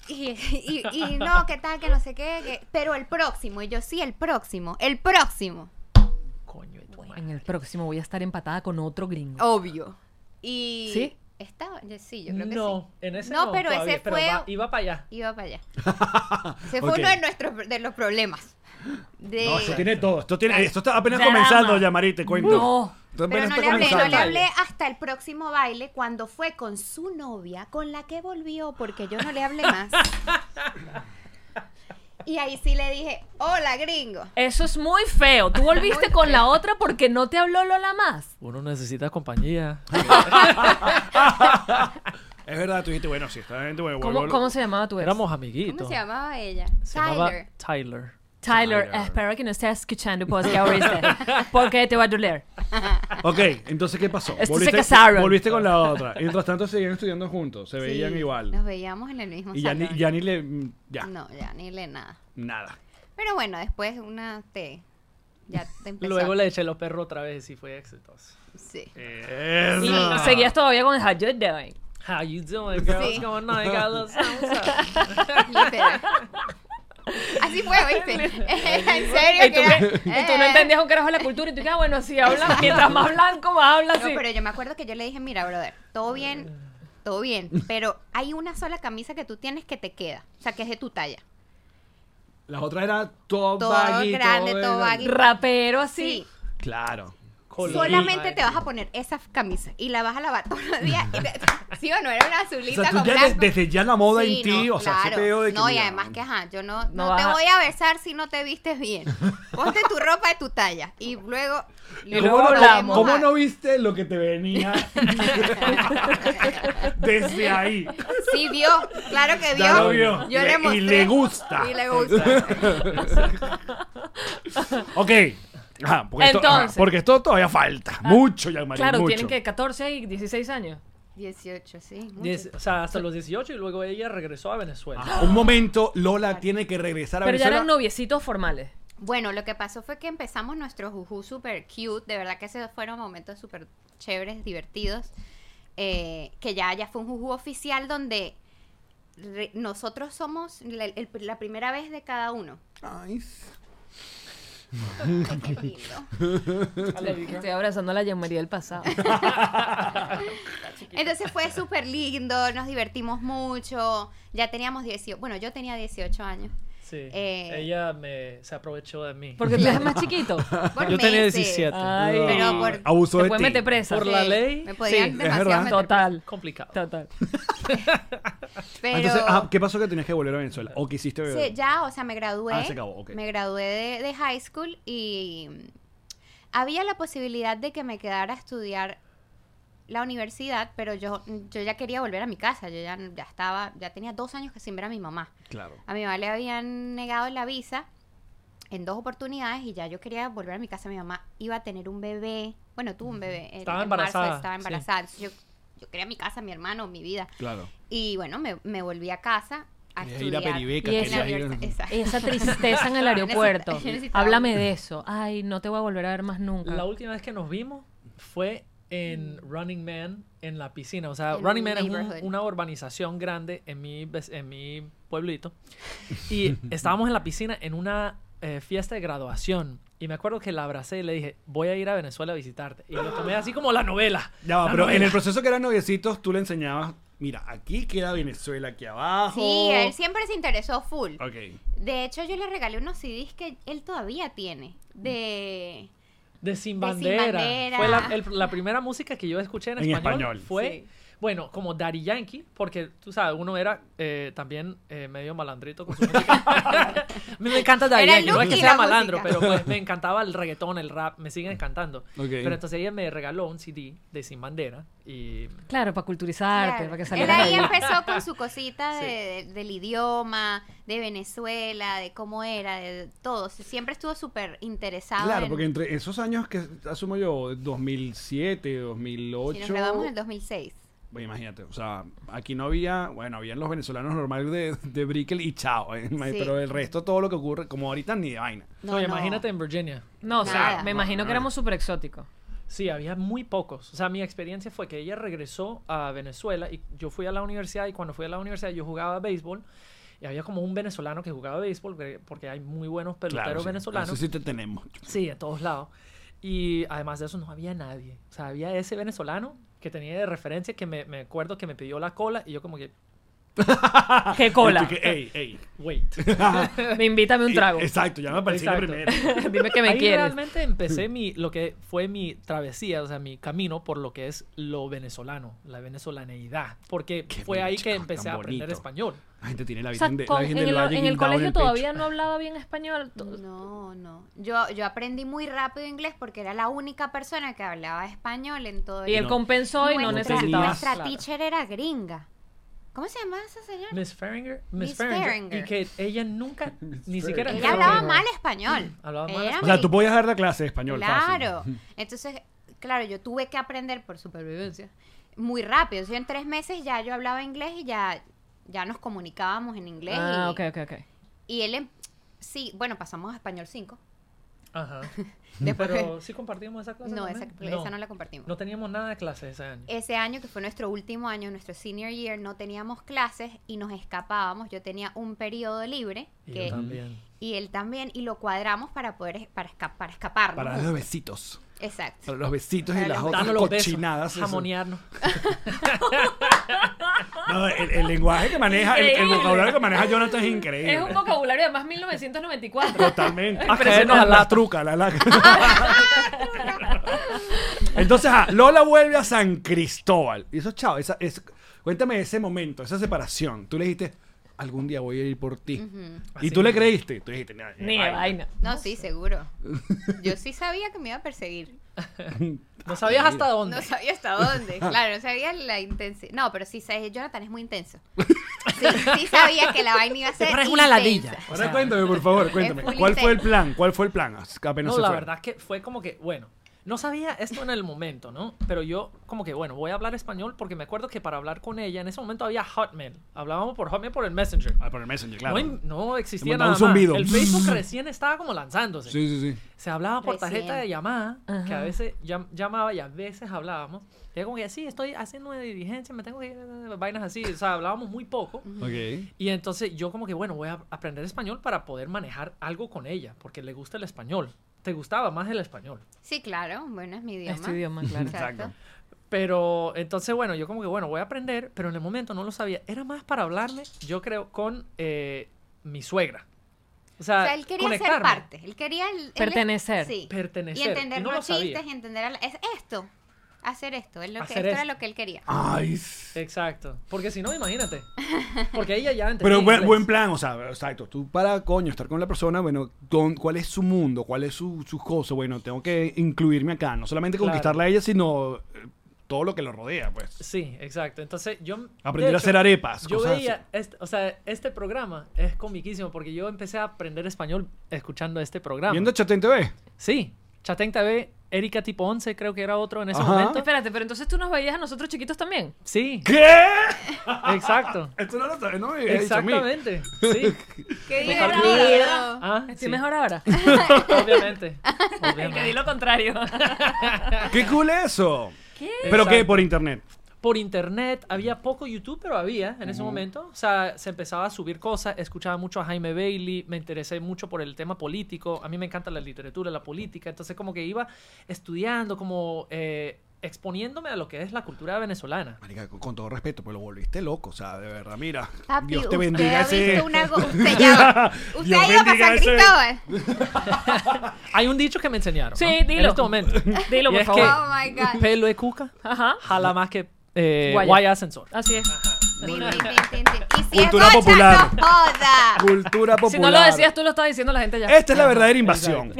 Y, y- y no, qué tal, que no sé qué, que- pero el próximo, y yo sí, el próximo, el próximo, Coño, de tu madre. En el próximo voy a estar empatada con otro gringo. obvio. Y ¿Sí? estaba, yo- sí, yo creo que no, sí. en ese No, no, pero todavía, ese fue- va- iba para allá. Iba para allá. *laughs* Ese fue Ok. uno de nuestros de los problemas. De, No, esto tiene todo. Esto, tiene, esto está apenas Drama. comenzando, Yamari, te cuento. No. Esto Pero apenas no está le, hablé, no le comenzando. hablé hasta el próximo baile cuando fue con su novia, con la que volvió, porque yo no le hablé más. *laughs* Y ahí sí le dije, hola gringo. Eso es muy feo. Tú volviste con *laughs* la otra porque no te habló Lola más. Uno necesita compañía. Pues, Es verdad, tú dijiste, bueno, sí, está gente, bueno, ¿Cómo, vuelvo- cómo se llamaba tu ex? Éramos amiguitos. ¿Cómo se llamaba ella? Se llamaba Tyler. Tyler. Tyler, Ah, Tyler. espero que no estés escuchando podcast ahorita. Porque te va a doler. Ok, entonces, ¿qué pasó? Estos se casaron. volviste con la otra. Y mientras tanto, seguían estudiando juntos. Se veían Sí, igual. Nos veíamos en el mismo y ya ni, salón. ya ni le. mm, Ya, No, ya ni le nada. nada. Pero bueno, después una te... Ya *laughs* te empezó. Luego le eché los perros otra vez y fue exitoso. Sí. Y Eso. seguías todavía con el How you doing. How you doing, girl? Sí. What's going on? You got a little something, something. *laughs* Literal. Así fue, *laughs* ¿viste? *laughs* en serio. Y tú, que era- que- y tú no Eh. entendías un carajo de la cultura y tú que, bueno, *laughs* si hablas, mientras más blanco, más hablas. *laughs* No, sí. pero yo me acuerdo que yo le dije, mira, brother, todo bien, todo bien, *laughs* pero hay una sola camisa que tú tienes que te queda, o sea, que es de tu talla. La otra era todo, Todo baggy, grande, todo baggy. Rapero Sí, así. Claro. solamente te vas a poner esa camisa y la vas a lavar todos *laughs* los días. y te- ¿Sí o no? Era una O azulita sea, tú con ya de- blanco. desde ya la moda Sí, en ti, no, o sea, ese claro. pedo de que. No, y mira, además que, ajá, yo no, No no, te vas a- voy a besar si no te vistes bien. Ponte tu ropa de tu talla y luego... Y ¿Cómo, luego no, hablamos. cómo no viste lo que te venía *laughs* desde ahí? Sí, vio, claro que vio. Ya lo *laughs* vio. Yo Le- le y mostré. le gusta. Y le gusta. Ok. Ajá, porque, esto, ajá, Entonces. porque esto todavía falta. Mucho, ya, Claro, mucho. tienen que 14 y 16 años. 18, sí. mucho. Diez- o sea, hasta los 18 y luego ella regresó a Venezuela. Ah. Ajá, Ah, Un momento, Lola tiene que regresar a Pero ya Venezuela. eran noviecitos *laughs* formales. Bueno, lo que pasó fue que empezamos nuestro juju super cute. De verdad que esos fueron momentos súper chéveres, divertidos. eh, que ya, ya fue un juju oficial donde re- nosotros somos la, el- la primera vez de cada uno. Ay, Qué lindo. Ah, Estoy abrazando a la Jean-Marie *laughs* del pasado. Entonces fue súper lindo, nos divertimos mucho. Ya teníamos 18, bueno, yo tenía 18 años. Sí. Eh. Ella me, se aprovechó de mí. Porque tú eres más chiquito. Por Yo tenía meses. 17. Ay, Pero por- Abusó te de pueden ti. meter presa. Por la ley, Me podían sí, es demasiado verdad. meter- Total. *laughs* Complicado. Total. Pero... Entonces, ah, ¿qué pasó que tenías que volver a Venezuela? ¿O quisiste Sí, volver? ya, o sea, me gradué. Ah, se acabó, ok. Me gradué de, de high school y mm, había la posibilidad de que me quedara a estudiar la universidad, pero yo, yo ya quería volver a mi casa. Yo ya, ya estaba, ya tenía dos años que sin ver a mi mamá. Claro. A mi mamá le habían negado la visa en dos oportunidades y ya yo quería volver a mi casa. Mi mamá iba a tener un bebé. Bueno, tuvo un bebé. en- Estaba en marzo, embarazada, estaba sí. embarazada. Entonces, yo, yo quería mi casa, mi hermano, mi vida. Claro. Y bueno, me, me volví a casa a Querías ir a estudiar. Peribeca, en la querías ir a- universidad. Exacto. Esa tristeza en el Yo necesitaba- aeropuerto. yo necesitaba- Háblame de eso. Ay, no te voy a volver a ver más nunca. Ah. La última vez que nos vimos fue en Running Man, en la piscina. O sea, En Running un Man es un- neighborhood. una urbanización grande en mi, vec- en mi *laughs* pueblito. Y estábamos en la piscina en una eh, fiesta de graduación. Y me acuerdo que la abracé y le dije, voy a ir a Venezuela a visitarte. Y lo tomé así como la novela. Ya va, La pero en novela. el proceso que eran noviecitos, tú le enseñabas, mira, aquí queda Venezuela, aquí abajo. *laughs* Sí, Oh. él siempre se interesó full. Ok. De hecho, yo le regalé unos CDs que él todavía tiene. De. De Sin De Sin Bandera. Bandera. Fue la, el- la primera música que yo escuché en, En español. Fue, Sí. bueno, como Daddy Yankee, porque tú sabes, uno era eh, también eh, medio malandrito con su *laughs* música. me, me encanta Daddy Era el Yankee, no es que look y sea la malandro, música. pero pues, me encantaba el reggaetón, el rap, me siguen encantando. Ok. Pero entonces ella me regaló un CD de Sin Bandera y Claro, para culturizarte, Claro. para que Él salieras ahí ahí. empezó con su *laughs* cosita de- de- del idioma, de Venezuela, de cómo era, de todo. Siempre estuvo súper interesado. Claro, en- porque entre esos años que asumo yo, 2007, Si 2008. nos grabamos en el 2006. Bueno, pues imagínate, o sea, aquí no había, bueno, habían los venezolanos normales de, de Brickell y chao, ¿eh? Ma- Sí. pero el resto, todo lo que ocurre, como ahorita ni de vaina. No, No, no. imagínate en Virginia. No, o sea, Nada. me imagino que éramos súper exóticos. Sí, había muy pocos. O sea, mi experiencia fue que ella regresó a Venezuela y yo fui a la universidad y cuando fui a la universidad yo jugaba béisbol y había como un venezolano que jugaba béisbol porque- porque hay muy buenos peloteros Claro, sí. venezolanos. Eso sí te tenemos. Sí, a todos lados. Y además de eso no había nadie. O sea, había ese venezolano que tenía de referencia que me, me acuerdo que me pidió la cola y yo como que, Ah, ¡Qué cola! Así que, ey, ey. wait. Me invítame un trago. Exacto, ya me aparecí la Exacto. primera. Dime que me Ahí quieres. realmente empecé mi, lo que fue mi travesía, o sea, mi camino por lo que es lo venezolano, la venezolaneidad. Porque Qué fue ahí bonito, que empecé tan a aprender bonito. español. La gente tiene la O sea, Virgen, de, la con- virgen en, del el, Valle en guindado el en colegio el pecho. todavía no hablaba bien español. To- No, no. Yo, yo aprendí muy rápido inglés porque era la única persona que hablaba español en todo Y el él compensó y no Nuestra- Nuestra- necesitaba. Nuestra Claro. teacher era gringa. ¿Cómo se llamaba esa señora? Miss Ferringer, Miss Miss Ferringer. Ferringer. Y que ella *laughs* nunca, ni siquiera... Ella creo que- hablaba mal español. Hablaba mal Ella era O sea, tú americana. podías dar la clase de español fácil. Claro. *laughs* Entonces, claro, yo tuve que aprender por supervivencia muy rápido. O sea, en tres meses ya yo hablaba inglés y ya, ya nos comunicábamos en inglés. Ah, y, ok, ok, ok. y él, em- sí, bueno, pasamos a español 5. *laughs* Ajá. Después- Pero sí compartimos esa clase. No, esa, también? esa no la compartimos. No teníamos nada de clase ese año. Ese año, que fue nuestro último año, nuestro senior year, no teníamos clases y nos escapábamos. Yo tenía un periodo libre Y que- yo también. y él también, y lo cuadramos para poder es- para, esca- para escaparnos. Para los besitos. Exacto. *laughs* Para los besitos y Para las los- otras Dando los besos, cochinadas. eso. jamonearnos. No, el, el lenguaje que maneja, el, el Increíble. vocabulario que maneja Jonathan es increíble. Es un vocabulario de más 1994. Totalmente. Ah, A caernos la, al lazo. truca, la la- Entonces, ah, Lola vuelve a San Cristóbal. Y eso, chao, esa, es, cuéntame ese momento, esa separación. Tú le dijiste, algún día voy a ir por ti. Y Así tú le mismo. creíste. Tú dijiste, "Nah, Ni de vaina". vaina. No, sí, seguro. Yo sí sabía que me iba a perseguir. No sabías hasta dónde. No sabía hasta *laughs* dónde, claro, no sabía la intensidad. No, pero sí sabía, Jonathan es muy intenso. Sí, sí sabía que la *laughs* vaina iba a ser. pareces una intensa. ladilla. Ahora cuéntame, por favor, cuéntame. full ¿Cuál fue el intenso. plan? ¿Cuál fue el plan? As- que Apenas No, se la fue. verdad que fue como que, bueno, no sabía esto en el momento, ¿no? Pero yo como que, bueno, voy a hablar español porque me acuerdo que para hablar con ella en ese momento había Hotmail. Hablábamos por Hotmail por el Messenger. Ah, por el Messenger, claro. No, hay- no existía Te nada mandaba más. un zumbido. El Facebook recién estaba como lanzándose. Sí, sí, sí. Se hablaba por tarjeta de Recién. llamada, que a Ajá. veces llam- llamaba y a veces hablábamos. Y era como que, sí, estoy haciendo una diligencia, me tengo que ir, vainas así. O sea, hablábamos muy poco. Ok. Y entonces yo como que, bueno, voy a aprender español para poder manejar algo con ella, porque le gusta el español. Te gustaba más el español. Sí, claro, bueno, es mi idioma. Este idioma, claro. *laughs* Exacto. Pero entonces, bueno, yo como que, bueno, voy a aprender, pero en el momento no lo sabía. Era más para hablarme, yo creo, con eh, mi suegra. O sea, O sea, él quería ser conectarme, parte. Él quería. el- él- Pertenecer. Sí. Pertenecer. Y entender Y no lo los sabía. chistes y entender. a la- es esto. Hacer esto. Es lo que, Hacer esto era esto. lo que él quería. Ay. Exacto. Porque si no, imagínate. Porque ella ya entendía Pero buen, inglés. buen plan, o sea, exacto. Tú para coño estar con la persona, bueno, con- ¿cuál es su mundo? ¿Cuál es su, su cosa? Bueno, tengo que incluirme acá, no solamente Claro. conquistarla a ella, sino eh, todo lo que lo rodea, pues. Sí, exacto. Entonces yo... de Aprender a hacer arepas, Yo cosas veía, así. este- o sea, este programa es comiquísimo porque yo empecé a aprender español escuchando este programa. Viendo Chatén TV. Sí, Chatén TV, Erika tipo 11 creo que era otro en ese Ajá. momento. Espérate, pero entonces tú nos veías a nosotros chiquitos también. Sí, *laughs* ¿Qué? exacto. Esto no lo sabes, no me habías dicho a mí. Exactamente. Sí, ¡Qué Totalmente. divertido! ah, Estoy sí. mejor ahora. *laughs* *laughs* Obviamente. El que Obviamente. di *laughs* lo contrario. *laughs* ¡Qué cool eso! ¿Pero qué? Exacto. Por internet. Por internet, había poco YouTube, pero había en ese momento. O sea, se empezaba a subir cosas, escuchaba mucho a Jaime Bailey, me interesé mucho por el tema político. A mí me encanta la literatura, la política. Entonces, como que iba estudiando, como eh, exponiéndome a lo que es la cultura venezolana. Marica, con, con todo respeto, pues lo volviste loco, o sea, de verdad, mira. Papi, Dios te usted bendiga ha ese. *laughs* visto una... go- Usted ya... Usted Dios ha ido a bendiga San ese- *laughs* Cristóbal. Hay un dicho que me enseñaron. Sí, ¿no? En dilo. este momento. *laughs* Dilo, Y por es favor. Oh, my God. Pelo de cuca, Ajá. jala más que eh, Guaya. guaya ascensor. Así es. Tin, tin, tin, tin, tin. Y si Cultura es gocha, popular. no joda. *laughs* Cultura popular. Si no lo decías tú, lo estaba diciendo la gente ya. Esta es la verdadera invasión.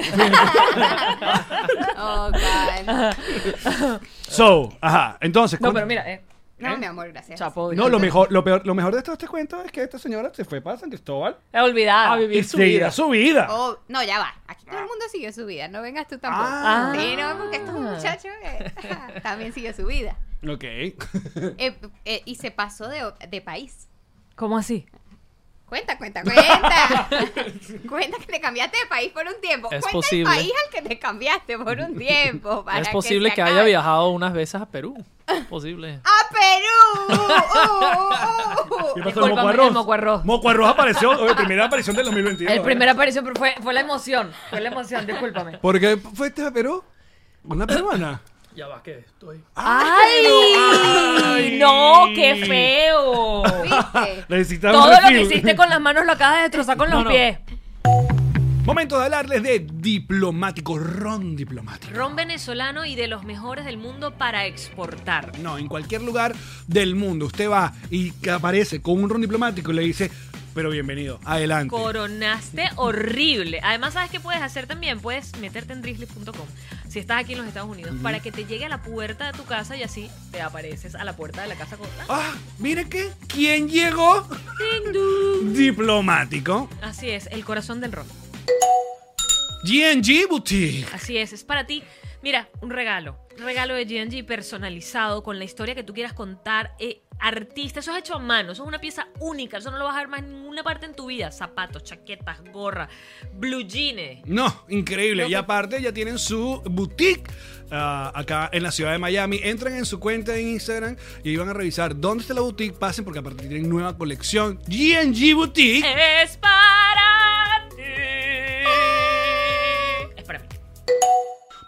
Oh, God. So, ajá. Entonces, No, cuen- pero mira, eh, No, mi amor, gracias. chapo. No, lo mejor, lo peor, lo mejor de todo este cuento es que esta señora se fue para San Cristóbal He olvidado. A vivir su vida. seguirá su vida. Oh, no, ya va. Aquí Ah. todo el mundo sigue su vida. No vengas tú tampoco. Ah. Sí, no, porque este estos muchachos eh, *laughs* también sigue su vida. Oh. Ok. Eh, eh, y se pasó de, de país. ¿Cómo así? Cuenta, cuenta, cuenta. *laughs* cuenta que te cambiaste de país por un tiempo. Es cuenta posible. el país al que te cambiaste por un tiempo. para Es se posible que, haya acabe. viajado unas veces a Perú. Posible. *laughs* ¡A Perú! Uh, uh, uh, uh. *laughs* ¿Qué Discúlpame, Moco el Arroz? Moco Arroz. Moco Arroz apareció, oye, primera aparición del 2022. El primera aparición pero fue, fue la emoción. Fue la emoción, *laughs* discúlpame. ¿Por qué fuiste a Perú? ¿Una peruana? Ya va, que estoy. ¡Ay! ¡No! *laughs* ¡Qué feo! ¿Viste? Necesitaba un Todo lo que refill. hiciste con las manos lo acabas de destrozar con los No, no. pies. Momento de hablarles de diplomático, ron diplomático. Ron venezolano y de los mejores del mundo para exportar. No, en cualquier lugar del mundo. Usted va y que aparece con un ron diplomático y le dice, pero bienvenido, adelante. Coronaste horrible. Además, ¿sabes qué puedes hacer también? Puedes meterte en drizzly.com si estás aquí en los Estados Unidos para que te llegue a la puerta de tu casa y así te apareces a la puerta de la casa con... ¡Ah! Ah, mire que, ¿quién llegó? ¡Ding, dong! Diplomático. Así es, el corazón del ron. GNG Boutique. Así es, es para ti. Mira, un regalo. Un regalo de GNG personalizado con la historia que tú quieras contar. eh, artista, eso es hecho a mano, eso es una pieza única, eso no lo vas a ver más en ninguna parte en tu vida. Zapatos, chaquetas, gorra, blue jeans. No, increíble. No, y pues- aparte ya tienen su boutique ah, acá en la ciudad de Miami. Entran en su cuenta en Instagram y ahí van a revisar dónde está la boutique. Pasen porque aparte tienen nueva colección. GNG Boutique. Es para ti. Es para mí.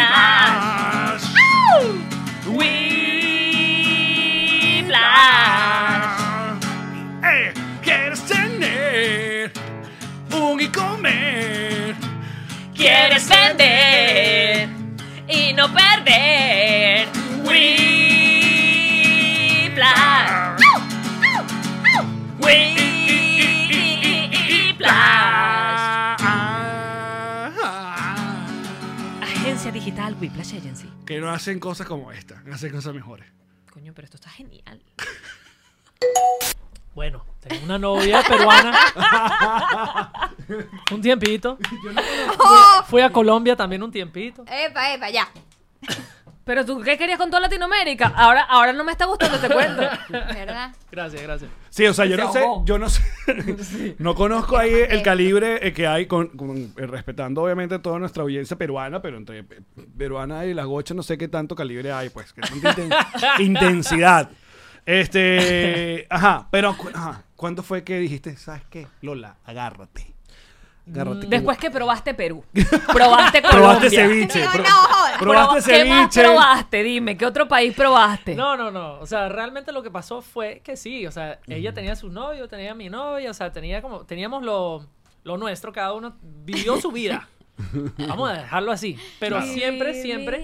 más. whiplash. Eh, quieres tener un y comer. Quieres vender y no perder. Whiplash. Whiplash. Ah, Agencia digital Whiplash Agency. Que no hacen cosas como esta, hacen cosas mejores. Coño, pero esto está genial. Bueno, tengo una novia peruana. un Oh. tiempito. Fui a Colombia también un tiempito. Epa, epa, ya. Pero tú, ¿qué querías con toda Latinoamérica? Ahora, ahora no me está gustando este cuento. *laughs* ¿verdad? Gracias, gracias. Sí, o sea, yo Se no sé, ahogó. yo *laughs* no sé, no conozco ahí el calibre eh, que hay, con, con- eh, respetando obviamente toda nuestra audiencia peruana, pero entre pe- peruana y la gocha no sé qué tanto calibre hay, pues, qué tanta *laughs* inten- intensidad. Este, ajá, pero, cu- ajá, ¿cuándo fue que dijiste, sabes qué, Lola, agárrate? Agárrate. Mm, que- Después que probaste Perú, *laughs* probaste *laughs* Colombia. probaste ceviche, No, pro- no, joder. probaste ¿Qué más ceviche. probaste? Dime, ¿qué otro país probaste? No, no, no. O sea, realmente lo que pasó fue que sí. O sea, ella tenía su novio, tenía mi novia. O sea, tenía como, teníamos lo, lo nuestro. Cada uno vivió su vida. Vamos a dejarlo así. Pero siempre, siempre.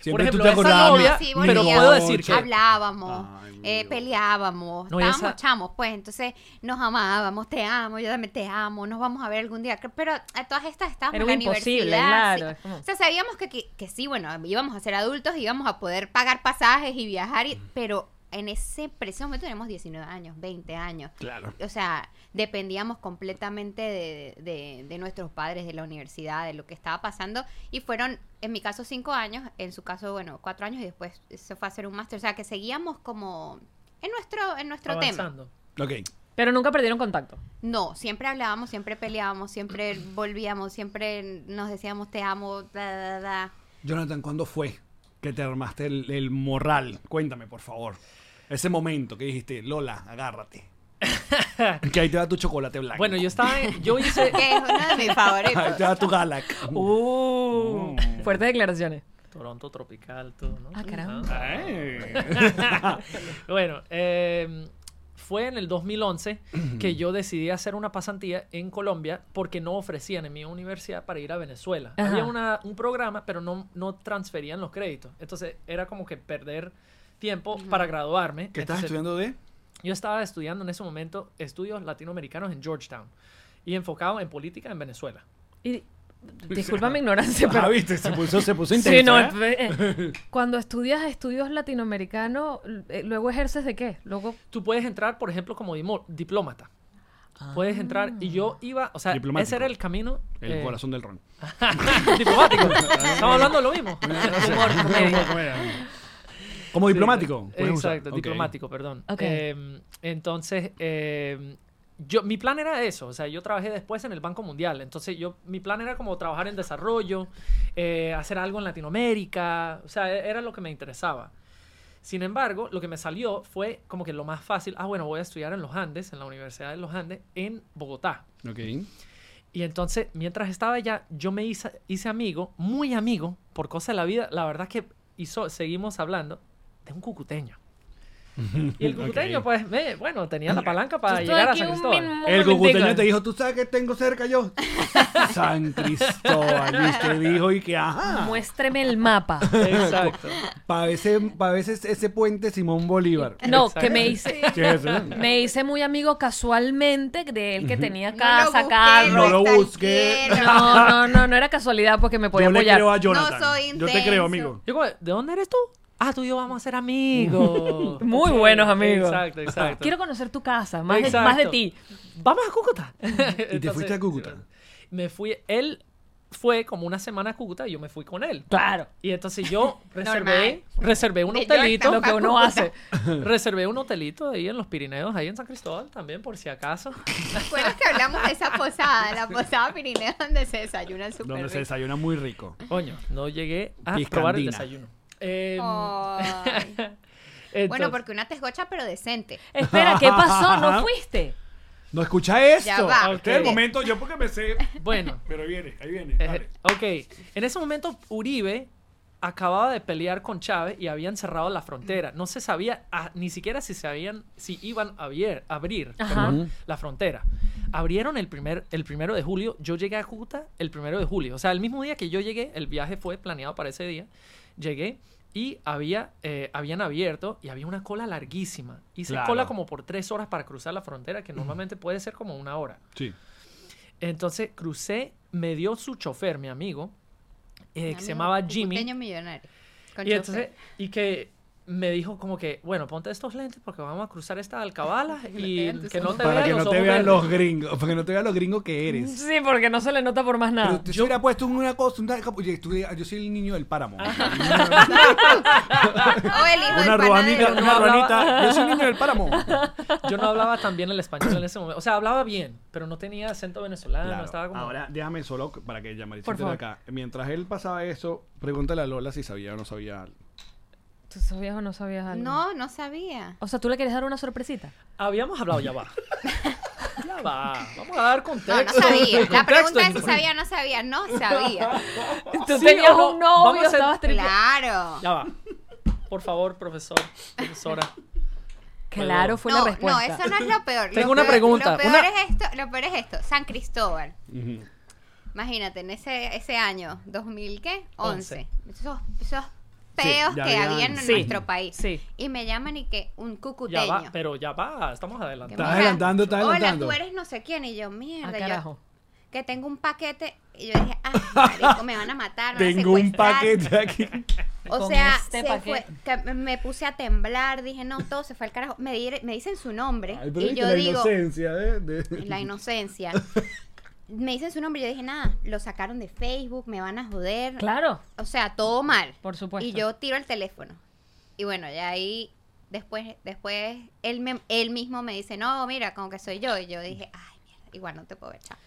Siempre Por ejemplo, tú te esa acordabas. novia- mi- Sí, mi pero volvíamos, puedo decir que- Hablábamos, Ay, eh, Dios. peleábamos, No, y estábamos esa- chamos, pues entonces nos amábamos, te amo, yo también te amo, nos vamos a ver algún día. Pero a todas estas estábamos Era en la imposible, universidad. claro, es sí. como- O sea, sabíamos que, que, que sí, bueno, íbamos a ser adultos, íbamos a poder pagar pasajes y viajar, y- Mm. pero en ese preciso momento teníamos 19 años, 20 años. Claro. O sea, dependíamos completamente de, de- de nuestros padres, de la universidad, de lo que estaba pasando. Y fueron, en mi caso, cinco años, en su caso, bueno, cuatro años y después se fue a hacer un máster. O sea, que seguíamos como en nuestro, en nuestro tema. Avanzando. Ok. Pero nunca perdieron contacto. No, siempre hablábamos, siempre peleábamos, siempre volvíamos, siempre nos decíamos te amo, da, da, da. Jonathan, ¿cuándo fue que te armaste el, el morral? Cuéntame, por favor. Ese momento que dijiste, Lola, agárrate. que ahí te da tu chocolate blanco. Bueno, yo estaba. en- yo *laughs* hice. Que es uno de *laughs* mis Ahí te favoritos. da tu Galac. Uh, fuertes declaraciones. Toronto tropical, todo, ¿no? Ah, caramba. Mm. *laughs* Ay. bueno, eh, fue en el 2011 que yo decidí hacer una pasantía en Colombia porque no ofrecían en mi universidad para ir a Venezuela. Ajá. Había una- un programa, pero no, no transferían los créditos. Entonces era como que perder tiempo para graduarme. ¿Qué estás Entonces, estudiando de? Yo estaba estudiando en ese momento estudios latinoamericanos en Georgetown y enfocado en política en Venezuela. Y, disculpa mi ignorancia, Ah, pero... viste, se puso, se *laughs* puso intenso. *laughs* Sí, no, ¿eh? *laughs* eh, cuando estudias estudios latinoamericanos, eh, luego ejerces de qué? Luego Tú puedes entrar, por ejemplo, como dimo- diplomata. Puedes entrar y yo iba, o sea, Diplomático. ese era el camino. El eh, corazón del ron. diplomático. *laughs* Estamos hablando de lo mismo. Humor, *laughs* comedia. eh, Como diplomático. puedes usar. Exacto, Ok. diplomático, perdón. Ok. Eh, entonces, eh, yo, mi plan era eso. O sea, yo trabajé después en el Banco Mundial. Entonces, yo, mi plan era como trabajar en desarrollo, eh, hacer algo en Latinoamérica. O sea, e- era lo que me interesaba. Sin embargo, lo que me salió fue como que lo más fácil. Ah, bueno, voy a estudiar en los Andes, en la Universidad de los Andes, en Bogotá. Ok. Y entonces, mientras estaba allá, yo me hice, hice amigo, muy amigo, por cosa de la vida. La verdad que hizo, seguimos hablando de un cucuteño. Y el cucuteño, Ok. pues, me- bueno, tenía la palanca para Yo estoy llegar a aquí San un Cristóbal. min- un El cucuteño momentico. te dijo, ¿tú sabes que tengo cerca yo? San Cristóbal. Y usted dijo, y que ajá. Muéstreme *laughs* el mapa. Exacto. Para veces, pa' veces ese puente Simón Bolívar. No, Exacto. que me hice... Sí, eso. Me hice muy amigo casualmente de él que tenía No casa, lo busqué, carro. No lo es tan busqué. tierno. *laughs* *laughs* No, no, no, no era casualidad porque me podía Yo le apoyar. creo a Jonathan. No soy Yo te intenso. creo, amigo. Yo como, ¿de dónde eres tú? Ah, tú y yo vamos a ser amigos. *laughs* Muy Ok, buenos amigos. Exacto, exacto. Quiero conocer tu casa, más, de, Exacto. más de ti. Vamos a Cúcuta. ¿Y te fuiste a Cúcuta? Me fui, él fue como una semana a Cúcuta y yo me fui con él. Claro. Y entonces yo reservé, Normal. reservé un De hotelito, Georgetown lo que pa' uno Cúcuta. hace. *laughs* Reservé un hotelito ahí en los Pirineos, ahí en San Cristóbal también, por si acaso. ¿Te acuerdas que hablamos de esa posada, la posada Pirineo donde se desayuna súper Donde se rico? desayuna muy rico. Coño, no llegué a probar el Piscandina. desayuno. Em, *laughs* Ay. Oh, Bueno, entonces- porque una tesgocha, pero decente. Espera, ¿qué pasó? ¿No fuiste? No escucha esto. Ya va. Este es el Ok. momento, yo porque me sé. bueno, Pero ahí viene, ahí viene. eh, dale. ok. En ese momento Uribe acababa de pelear con Chávez y habían cerrado la frontera. No se sabía ah, ni siquiera si se habían, si iban a abier- abrir Ajá. perdón, la frontera. Abrieron el primer, el primero de julio. Yo llegué a Cúcuta el primero de julio. O sea, el mismo día que yo llegué, el viaje fue planeado para ese día. Llegué y había, eh, habían abierto y había una cola larguísima. Hice Claro. cola como por tres horas para cruzar la frontera, que normalmente puede ser como una hora. Sí. Entonces crucé, me dio su chofer, mi amigo, eh, que Amigo se llamaba cucuteño Jimmy. millonario. con Y, chofer. entonces, y que me dijo como que, bueno, ponte estos lentes porque vamos a cruzar esta alcabala y lentes, que no te Para vean que los no te ojos vean verdes". los gringos, para que no te vean los gringos que eres. Sí, porque no se le nota por más Ah, Pero nada. usted se hubiera puesto una cosa, una capa- oye, tú, yo soy el niño del páramo. Ah. *laughs* O Oh, el una hijo del ruanita, panadero. una No hablaba. ruanita. Yo soy el niño *laughs* del páramo. Yo no hablaba tan bien el español en ese momento. O sea, hablaba bien, pero no tenía acento venezolano. Claro. Estaba como... Ahora, déjame solo c- para que Yamaritza Por esté favor. acá. Mientras él pasaba eso, pregúntale a Lola si sabía o no sabía algo. ¿Tú sabías o no sabías algo? No, no sabía. O sea, ¿tú le querías dar una sorpresita? Habíamos hablado, *laughs* ya va. ya va. Vamos a dar No, no contexto. sabía. La Contexto. pregunta es si sabía o no sabía. No *laughs* sabía. Tú ¿Sí tenías o no? Vamos un novio, a hacer- estabas triple- Claro. Ya va. Por favor, profesor, profesora. Claro, fue la no, no, respuesta. eso no es lo peor. Lo Tengo una peor- pregunta, Lo peor, una- es esto, lo peor es esto. San Cristóbal. Imagínate, en ese, ese año, 2000, ¿qué? 11. Esos, esos peos ya que habían- había en Sí, nuestro país. sí. Y me llaman y que Ya un va, cucuteño. pero ya va. Estamos Que adelantando. me Estás dijeron, adelantando, estás adelantando. Hola, tú eres no sé quién. Y yo, mierda, Ah, yo- carajo. que tengo un paquete. Y yo dije, *laughs* ah, marico, me van a matar, me Tengo van a un secuestrar. paquete aquí. *laughs* O Con sea, este se paquete. fue- que me- me puse a temblar, dije, no, todo se fue al carajo. Me, dire- me dicen su nombre Ay, pero y viste yo la digo, inocencia, ¿eh? De- la *laughs* inocencia. me dicen su nombre y yo dije, nada, lo sacaron de Facebook, me van a joder. Claro. O sea, todo mal. Por supuesto. Y yo tiro el teléfono. Y bueno, ya ahí después, después él, me- él mismo me dice, no, mira, como que soy yo. Y yo dije, ay, mierda, igual no te puedo ver, chao".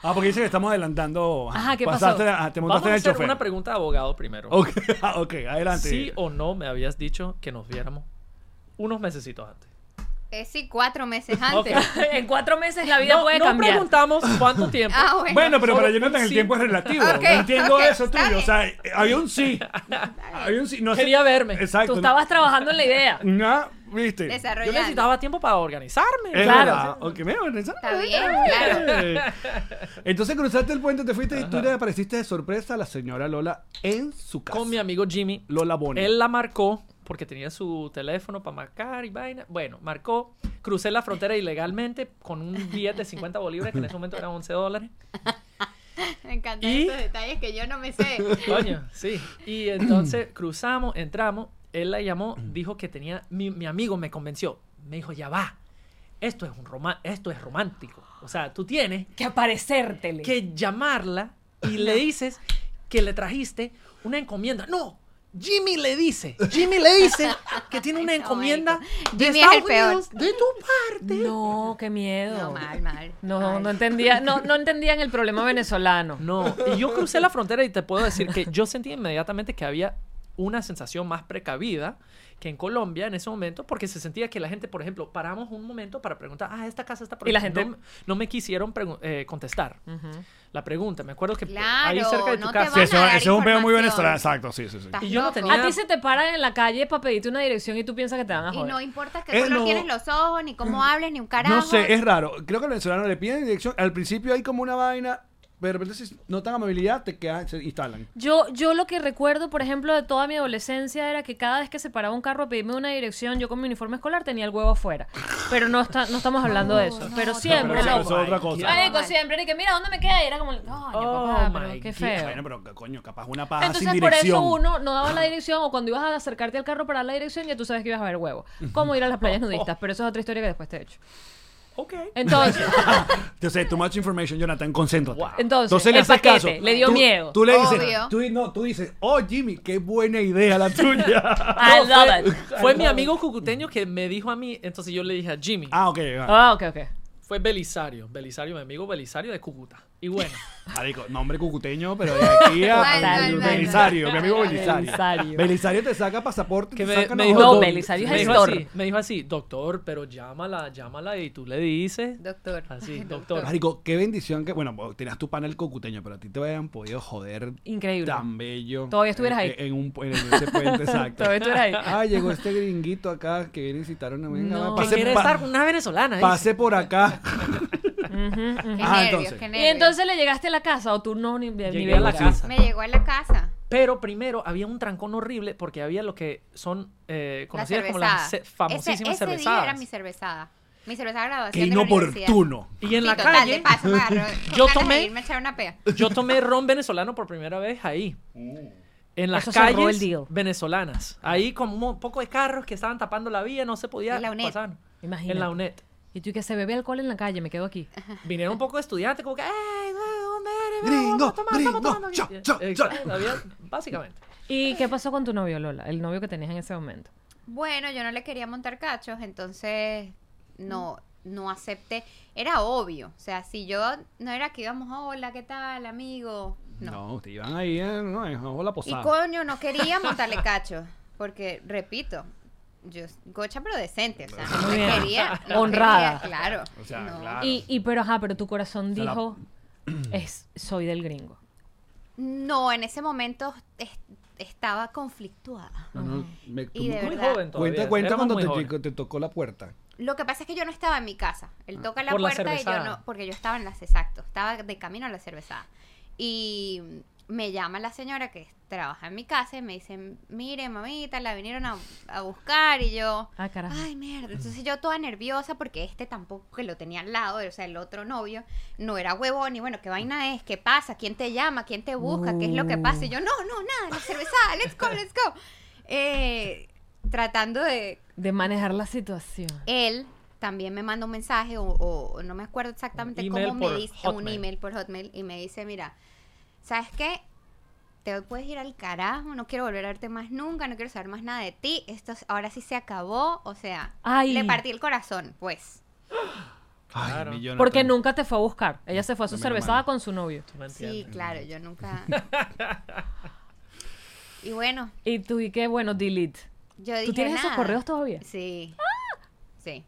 Ah, porque dice que estamos adelantando. Ajá, ¿qué pasó? Pasaste, ah, te Vamos montaste a en el hacer chofer. una pregunta de abogado primero. *laughs* Ok, ah, ok, adelante. ¿Sí o no me habías dicho que nos viéramos unos mesecitos antes? Eh, sí, cuatro meses Ok. antes. *laughs* en cuatro meses la vida no, puede no cambiar. preguntamos *laughs* cuánto tiempo. Ah, bueno. Bueno, pero Solo para oh, un Jonathan el sí. tiempo es relativo. Ok, No entiendo ok, eso está tuyo. O sea, eh, había un sí. Había un sí. No sé- Quería verme. Exacto. Tú estabas trabajando en la idea. Nah, ¿Viste? Yo Desarrollando. necesitaba tiempo para organizarme. Es Claro. verdad. Ok, mira, bueno, eso- Está bien, *laughs* claro. Entonces cruzaste el puente, te fuiste y tú le apareciste de sorpresa a la señora Lola en su casa. Con mi amigo Jimmy. Lola Boni. Él la marcó porque tenía su teléfono para marcar y vaina. Bueno, marcó. Crucé la frontera ilegalmente con un billete de 50 bolívares, que en ese momento eran 11 dólares. Me encantan Y- esos detalles que yo no me sé. Coño, sí. Y entonces cruzamos, entramos. Él la llamó, dijo que tenía. Mi, mi amigo me convenció. Me dijo, ya va. Esto es, un roma- esto es romántico. O sea, tú tienes Que aparecértele. que llamarla y le dices que le trajiste una encomienda. No, Jimmy le dice, Jimmy le dice que tiene una Ay, no, encomienda marico. de Jimmy es Estados el peor. Unidos de tu parte. No, qué miedo. No, mal, mal. No, mal. no entendía, no, no entendían el problema venezolano. No, y yo crucé la frontera y te puedo decir que yo sentí inmediatamente que había una sensación más precavida que en Colombia en ese momento, porque se sentía que la gente, por ejemplo, paramos un momento para preguntar, ah, esta casa está por Y la aquí". gente- no, no me quisieron pregun- eh, contestar Ujú. la pregunta. Me acuerdo que Claro, ahí cerca de tu no te casa. van a dar información. Exacto, sí, sí, sí. Estás Y yo no loco. tenía- A ti se te paran en la calle para pedirte una dirección y tú piensas que te van a Y joder. no importa qué Eh, color no. tienes los ojos, ni cómo hables, ni un carajo. No sé, es raro. Creo que al venezolano le piden dirección. Al principio hay como una vaina, pero de repente si notan amabilidad, te quedan, se instalan. Yo, yo lo que recuerdo, por ejemplo, de toda mi adolescencia era que cada vez que se paraba un carro a pedirme una dirección, yo con mi uniforme escolar tenía el huevo afuera. Pero no, está, no estamos hablando de eso. pero Pero siempre, eso- loco. eso es otra cosa. Marico, siempre era que mira, ¿dónde me queda? Y era como, "Coño, papá, Oh, Ah, pero my qué God. feo. Bueno, pero coño, capaz una paja Entonces, sin por dirección. eso uno no daba la dirección o cuando ibas a acercarte al carro para dar la dirección ya tú sabes que ibas a ver huevo. Como ir a *laughs* las playas nudistas, pero eso es otra historia que después te he hecho. Ok. *laughs* Entonces, Entonces, too much information, Jonathan, concéntrate. Wow. entonces, le el haces paquete caso. le dio Tú- miedo. Tú le dices, Obvio. tú, di- no, tú dices, oh Jimmy, qué buena idea la *laughs* tuya. I No, love fue, *laughs* it. fue mi amigo cucuteño que me dijo a mí, entonces yo le dije a Jimmy, ah, ok. va. Ah, ok, ok. fue Belisario, Belisario, mi amigo Belisario de Cúcuta. Y *laughs* bueno, Marico, nombre cucuteño, pero de aquí a Mal, a- mal, mal, Belisario, mal. mi amigo Belisario. Belisario. Belisario te saca pasaporte, que te me, saca me no- dijo, No, "Doc- Belisario es me el dijo doctor". así, me dijo así, doctor, pero llámala, llámala y tú le dices, Doctor. así, doctor. Marico, qué bendición que, bueno, vos tenías tu panel cucuteño, pero a ti te habían *laughs* podido joder Increíble. tan bello. Todavía estuvieras ahí. En, en un, pu- en ese puente, *laughs* exacto. Todavía estuvieras *laughs* ahí. Ah, llegó este gringuito acá que viene a visitar una venga, No. va, Que pase- quiere pa- estar con una venezolana. dice. pase por acá. Qué Ah, nervios, entonces. qué Y nervios. entonces le llegaste a la casa o tú no ni, ni Llegué a la ves la casa. casa. Me llegó a la casa. Pero primero había un trancón horrible porque había lo que son eh, La conocidas como cervezada. las ce- Ese- famosísimas ese, cervezadas. día era mi cervezada. Mi cervezada de Qué graduación de la universidad. inoportuno. Y en Sí, la total, calle de *laughs* paso, me agarró con yo ganas de tomé- irme a echar una pea. Mm. yo tomé ron venezolano por primera vez ahí. en las Eso cerró el calles deal. venezolanas. Ahí como un poco de carros que estaban tapando la vía, no se podía En la UNED. pasar. Imagínate. En la UNED. Y tú que se bebe alcohol en la calle, me quedo aquí. Vinieron un poco de estudiantes, como que, ¡ay, weón, mire, mire, Gringo, vamos a tomar, estamos gringo, tomando aquí". cha, cha, cha. Exacto, había- Básicamente. ¿Y qué pasó con tu novio, Lola? El novio que tenías en ese momento. Bueno, yo no le quería montar cachos, entonces no, no acepté. Era obvio. O sea, si yo no era que íbamos, hola, ¿qué tal, amigo? No. No, te iban ahí en, no, en Ojo la y posada. coño, *laughs* no quería montarle cachos. Porque, repito, yo gocha pero decente. O sea, no Muy me bien. quería. no Honrada. quería, claro. O sea, no. claro. Y, y pero ajá, pero tu corazón Se la- dijo, es, soy del gringo. No, en ese momento es- estaba conflictuada. No, no, me- tú- Y de Muy verdad. joven todavía. Cuenta, cuenta éramos cuando muy te, jóvenes. llegó- te tocó la puerta. Lo que pasa es que yo no estaba en mi casa. Ah. Él toca la Por la puerta y yo cervezada. no, porque yo estaba en las exacto, estaba de camino a la cervezada. Y me llama la señora que trabaja en mi casa y me dice, mire mamita, la vinieron a, a buscar y yo, Ah, carajo. ay mierda, entonces yo toda nerviosa porque este tampoco que lo tenía al lado, o sea, el otro novio no era huevón y bueno, ¿qué vaina es? ¿Qué pasa? ¿Quién te llama? ¿Quién te busca? ¿Qué es lo que pasa? Y yo, no, no, nada, la cervezada, let's go, let's go. Eh, tratando de De manejar la situación. él también me manda un mensaje o, o no me acuerdo exactamente Un email cómo me por dice un Hotmail. email por Hotmail y me dice, mira, ¿sabes qué? Te puedes ir al carajo, no quiero volver a verte más nunca, no quiero saber más nada de ti, esto es- ahora sí se acabó, o sea, Ay. le partí el corazón, pues. Claro. mi Jonathan. Porque nunca te fue a buscar. Ella se fue a su Menos cervezada mal. con su novio. No Sí, entiendo. claro, *laughs* yo nunca... y bueno, Y tú, y qué bueno, delete. yo dije... ¿Tú tienes esos nada. correos todavía? Sí. Sí.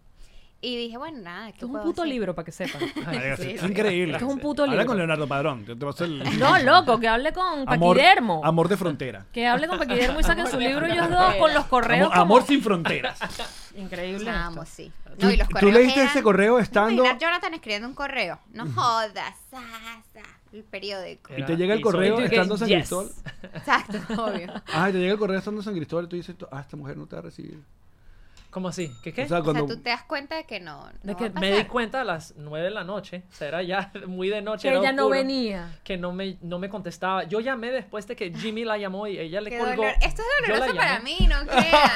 Y dije, bueno, nada, ¿qué Esto es un puedo puto hacer? libro, para que sepan. Marica, Sí, es sí. increíble. Esto es un puto Habla libro. con Leonardo Padrón. Yo te paso el *laughs* No, loco, que hable con *laughs* amor, Paquidermo. amor de frontera. Que hable con Paquidermo y saquen su libro ellos dos con los correos. Amor, amor como- sin fronteras. *laughs* Increíble. esto. Vamos, sí. ¿Tú, No, y los tú correos leíste eran- ese correo Imagina estando a Jonathan escribiendo un correo. No jodas, sa, sa, el periódico. Eh. y te llega el correo Y tú que, estando en San yes. Cristóbal. Exacto, *laughs* obvio. Ah, y te llega el correo estando en San Cristóbal y tú dices, ah, esta mujer no te va a recibir. ¿Cómo así? ¿Qué qué? O sea, O sea, cuando tú te das cuenta de que no. no De va que a pasar. me di cuenta a las 9 de la noche, o sea, era ya *laughs* muy de noche. Que era ella no oscuro, venía. Que no me, no me contestaba. Yo llamé después de que Jimmy la llamó y ella le Qué colgó. dolor. Esto Yo la es doloroso para llamé. mí, *laughs* no crean.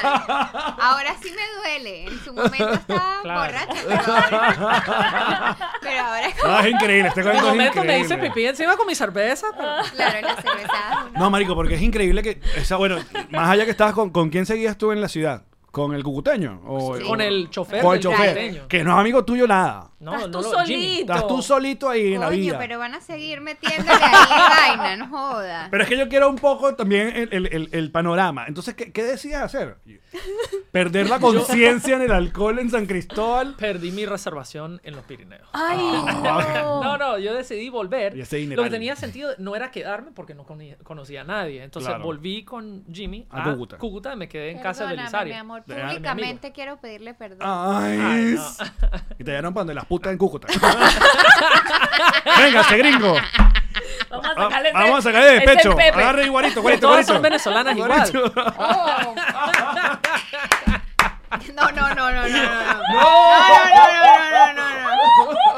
Ahora sí me duele. En su momento estaba *laughs* Claro. borracha, pero ahora, *laughs* pero ahora es como, Ah, es increíble, este En cuento un es momento me hice increíble. pipí encima con mi cerveza, Ah, pero... claro, la cerveza. No, marico, porque es increíble que esa bueno, más allá que estabas con con quién seguías tú en la ciudad, con el cucuteño o Con el chofer con el del chofer, cucuteño. que no es amigo tuyo nada. No, Estás no tú lo- Jimmy. solito. Estás tú solito ahí en la Coño, vida. pero van a seguir metiéndole ahí vaina, no jodas. Pero es que yo quiero un poco también el, el- el- el panorama. Entonces, ¿qué, qué decides hacer? *laughs* Perder la conciencia en el alcohol en San *laughs* Cristóbal. Perdí mi reservación en los Pirineos. Ah. Ay, no. No, no, yo decidí volver. Y ese dineral. Lo que tenía sentido no era quedarme porque no coni- conocía a nadie. Entonces Claro. volví con Jimmy A a, Cúcuta. Cúcuta. y me quedé en casa de Perdóname, Belisario. mi amor. De- de mi amigo. Públicamente quiero pedirle perdón. *laughs* Ay, Ay, no. s- Y te llevaron para donde las putas en Cúcuta. *laughs* Venga, ese gringo. Vamos a Ah, sacarle ese- Vamos a sacarle de ese pecho. Pepe. Agarre igualito, igualito, Todas son igualito. venezolanas igual. Igualito. *laughs* No, no, no, no, no, no. no. No, No, no, no, no,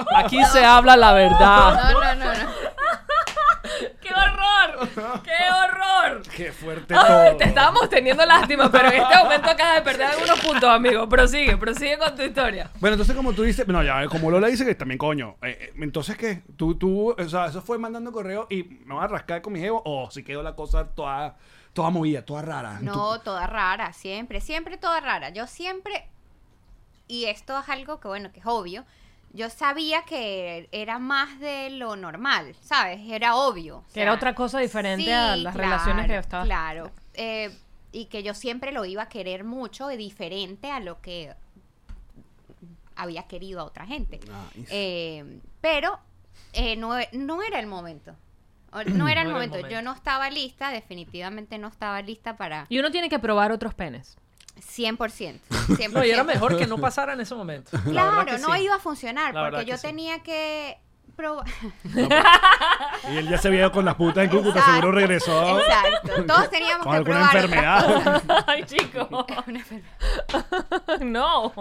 no, aquí se habla la verdad. no, no, no, no. ¡Qué horror! ¡Qué horror! Qué fuerte Ay, todo. Ah, te estábamos teniendo lástima, pero en este momento acabas de perder algunos puntos, amigo. Prosigue, prosigue con tu historia. Bueno, entonces como tú dices, no, ya, como Lola dice que también coño, eh, eh, entonces qué, tú, tú, o sea, eso fue mandando correo y me vas a rascar con mi jevo o si quedó la cosa toda, toda movida, toda rara. en No, toda rara, siempre, siempre toda rara. Yo siempre, y esto es algo que bueno, que es obvio, yo sabía que era más de lo normal, ¿sabes? Era obvio. o Que era sea, otra cosa diferente sí, a las relaciones que claro, estabas. Claro, eh, y que yo siempre lo iba a querer mucho, y diferente a lo que había querido a otra gente. tu- Ah, y- Eh, pero eh, no, no era el momento. *clears throat* O- No era el, momento. Yo no estaba lista, definitivamente no estaba lista para Y uno tiene que probar otros penes. 100%. 100%. *laughs* No, y era mejor que no pasara en ese momento. La verdad Claro, que no sí. iba a funcionar La verdad porque que yo sí. tenía que *laughs* probar. Y él ya se veía con las putas en Cúcuta, seguro regresó Exacto. Todos teníamos con que alguna probar. otras *laughs* enfermedad. *laughs* Ay, chico. Una *laughs* enfermedad. no.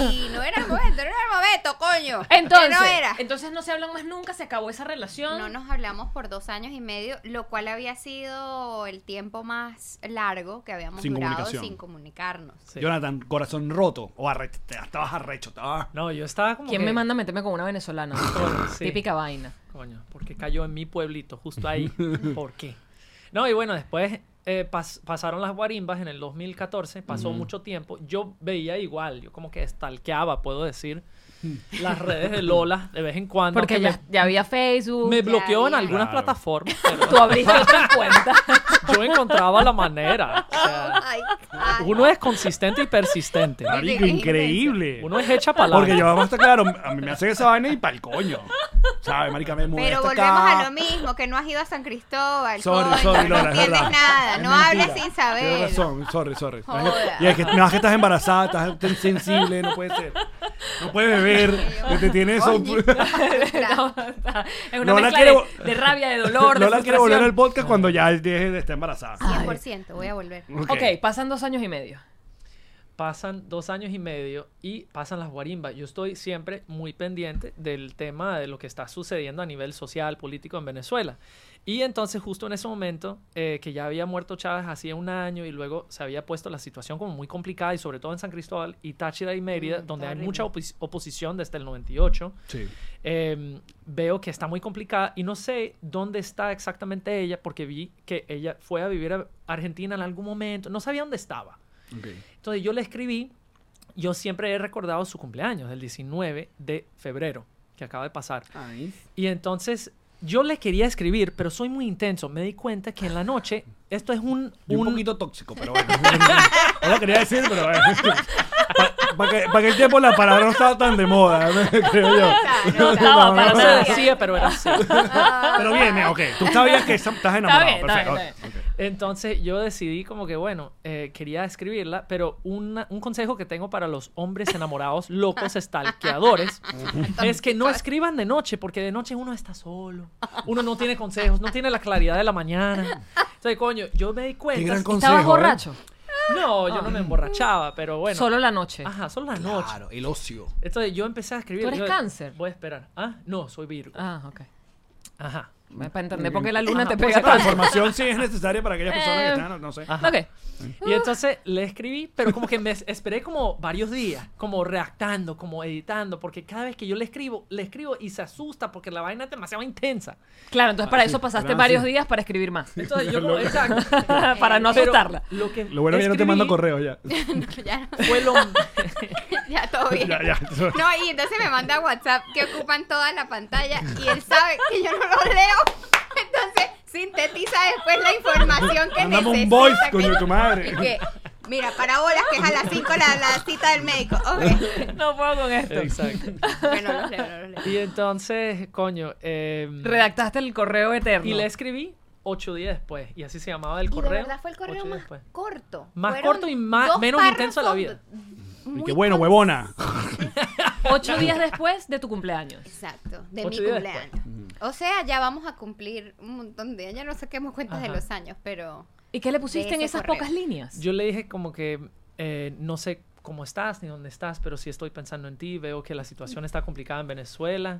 Y no era el momento, no era el momento, coño. Entonces, Que no era. entonces no se hablan más nunca, se acabó esa relación. No nos hablamos por dos años y medio, lo cual había sido el tiempo más largo que habíamos Sin durado comunicación. sin comunicarnos. Sí. Jonathan, corazón roto. O arrecho, te- estabas arrecho, estabas. No, yo estaba como. ¿Quién que- me manda a meterme con una venezolana? Coño, sí. Ah, Típica vaina. Coño, porque cayó en mi pueblito, justo *laughs* ahí. ¿Por qué? No, y bueno, después eh, pas- pasaron las guarimbas en el 2014, pasó mucho tiempo. Yo veía igual, yo como que stalkeaba, puedo *laughs* decir, las redes de Lola de vez en cuando. Porque aunque ya, ya había Facebook. me, me ya bloqueó en había- algunas Claro. *laughs* plataformas, pero Tú *laughs* abriste otra cuenta. yo encontraba la manera. O Ah. sea, Ay, ay. uno es consistente y persistente. Marico, es increíble. Uno es hecha palabra. Porque yo vamos a estar claro, a mí me hacen esa vaina y pa'l coño. ¿Sabes, marica? Me mudé Pero hasta volvemos acá. a lo mismo, que no has ido a San Cristóbal. este Sorry, coño, sorry, Lola, no es entiendes verdad. nada, Es no mentira. hables sin Tienes saber. razón, sorry, sorry. Joda. Y es que no es que estás embarazada, estás tan sensible, no puede ser. No puedes beber, te tiene eso. *laughs* No, está- es una Lola mezcla quiere de, vo- de rabia, *laughs* de dolor, de Lola quiere volver al frustración. podcast cuando ya deje de estar embarazada. 100%, voy a volver. Ok, pasan dos años y medio. pasan dos años y medio y pasan las guarimbas. Yo estoy siempre muy pendiente del tema de lo que está sucediendo a nivel social, político en Venezuela. Y entonces justo en ese momento, eh, que ya había muerto Chávez hacía un año y luego se había puesto la situación como muy complicada y sobre todo en San Cristóbal y Táchira y Mérida, Mm, donde hay terrible. mucha opos- oposición desde el 98 Sí. eh, veo que está muy complicada y no sé dónde está exactamente ella porque vi que ella fue a vivir a Argentina en algún momento, no sabía dónde estaba. Entonces yo le escribí, yo siempre he recordado su cumpleaños, el 19 de febrero, que acaba de pasar. Y entonces yo le quería escribir, pero soy muy intenso, me di cuenta que en la noche, esto es un... Y Un un- poquito tóxico, pero bueno. *laughs* No lo quería decir, pero bueno. Para que, pa' que el tiempo la palabra no estaba tan de moda, *laughs* creo yo. No, estaba no, para *laughs* no se nada. decía, pero era así. Pero bien, eh, ok. Tú sabías que estás enamorado. bien, está perfecto. bien, está Ok. Entonces yo decidí como que, bueno, eh, quería escribirla, pero una- un consejo que tengo para los hombres enamorados, locos, *laughs* estalqueadores, es que no escriban de noche, porque de noche uno está solo, uno no tiene consejos, no tiene la claridad de la mañana. Entonces, coño, yo me di Qué cuenta... gran consejo. Estabas ¿eh? borracho. No, yo no me emborrachaba, pero bueno. Solo la noche. Ajá, solo la noche. Claro, el ocio. Entonces yo empecé a escribir... ¿Tú eres yo- cáncer? Voy a esperar. Ah, no, soy Virgo. Ah, ok. Ajá. Para entender por qué la luna Ajá, te por La pega tanto. información sí es necesaria para aquellas personas que Eh. están, no sé. Ajá. Ok. Ah. Y entonces le escribí, pero como que me es- esperé como varios días, como reactando, como editando, porque cada vez que yo le escribo, le escribo y se asusta porque la vaina es demasiado intensa. Claro, entonces para eso pasaste gracias. varios días para escribir más. Entonces yo *laughs* como, exacto. *laughs* para *laughs* no Pero asustarla. Lo que Lo bueno es que ya no te escribí manda correos ya. *laughs* ya, Fue lo... *laughs* ya todo bien. Ya, ya. No, y entonces me manda WhatsApp que ocupan toda la pantalla y él sabe que yo no lo leo. Entonces sintetiza después la información que Mándame un necesita. voice, que- coño, tu madre. Y que, mira, para bolas que es a las 5 la, la cita del médico. Ok. No puedo con esto. Exacto. Bueno, no lo leo, no lo leo. Y entonces, coño... em, Redactaste el correo eterno. y le escribí ocho días después, y así se llamaba el Y de correo. verdad fue el ocho correo días más después. corto. Más Fueron corto y más- dos menos intenso de la párrafos Y muy que bueno, cortos. huevona. *laughs* Ocho días después de tu cumpleaños. Exacto, de Ocho mi días cumpleaños. O sea, ya vamos a cumplir un montón de Ya no saquemos cuentas de Ajá. los años, pero. ¿Y qué le pusiste De en ese esas correo. pocas líneas? Yo le dije como que eh, no sé cómo estás ni dónde estás, pero sí estoy pensando en ti, veo que la situación está complicada en Venezuela.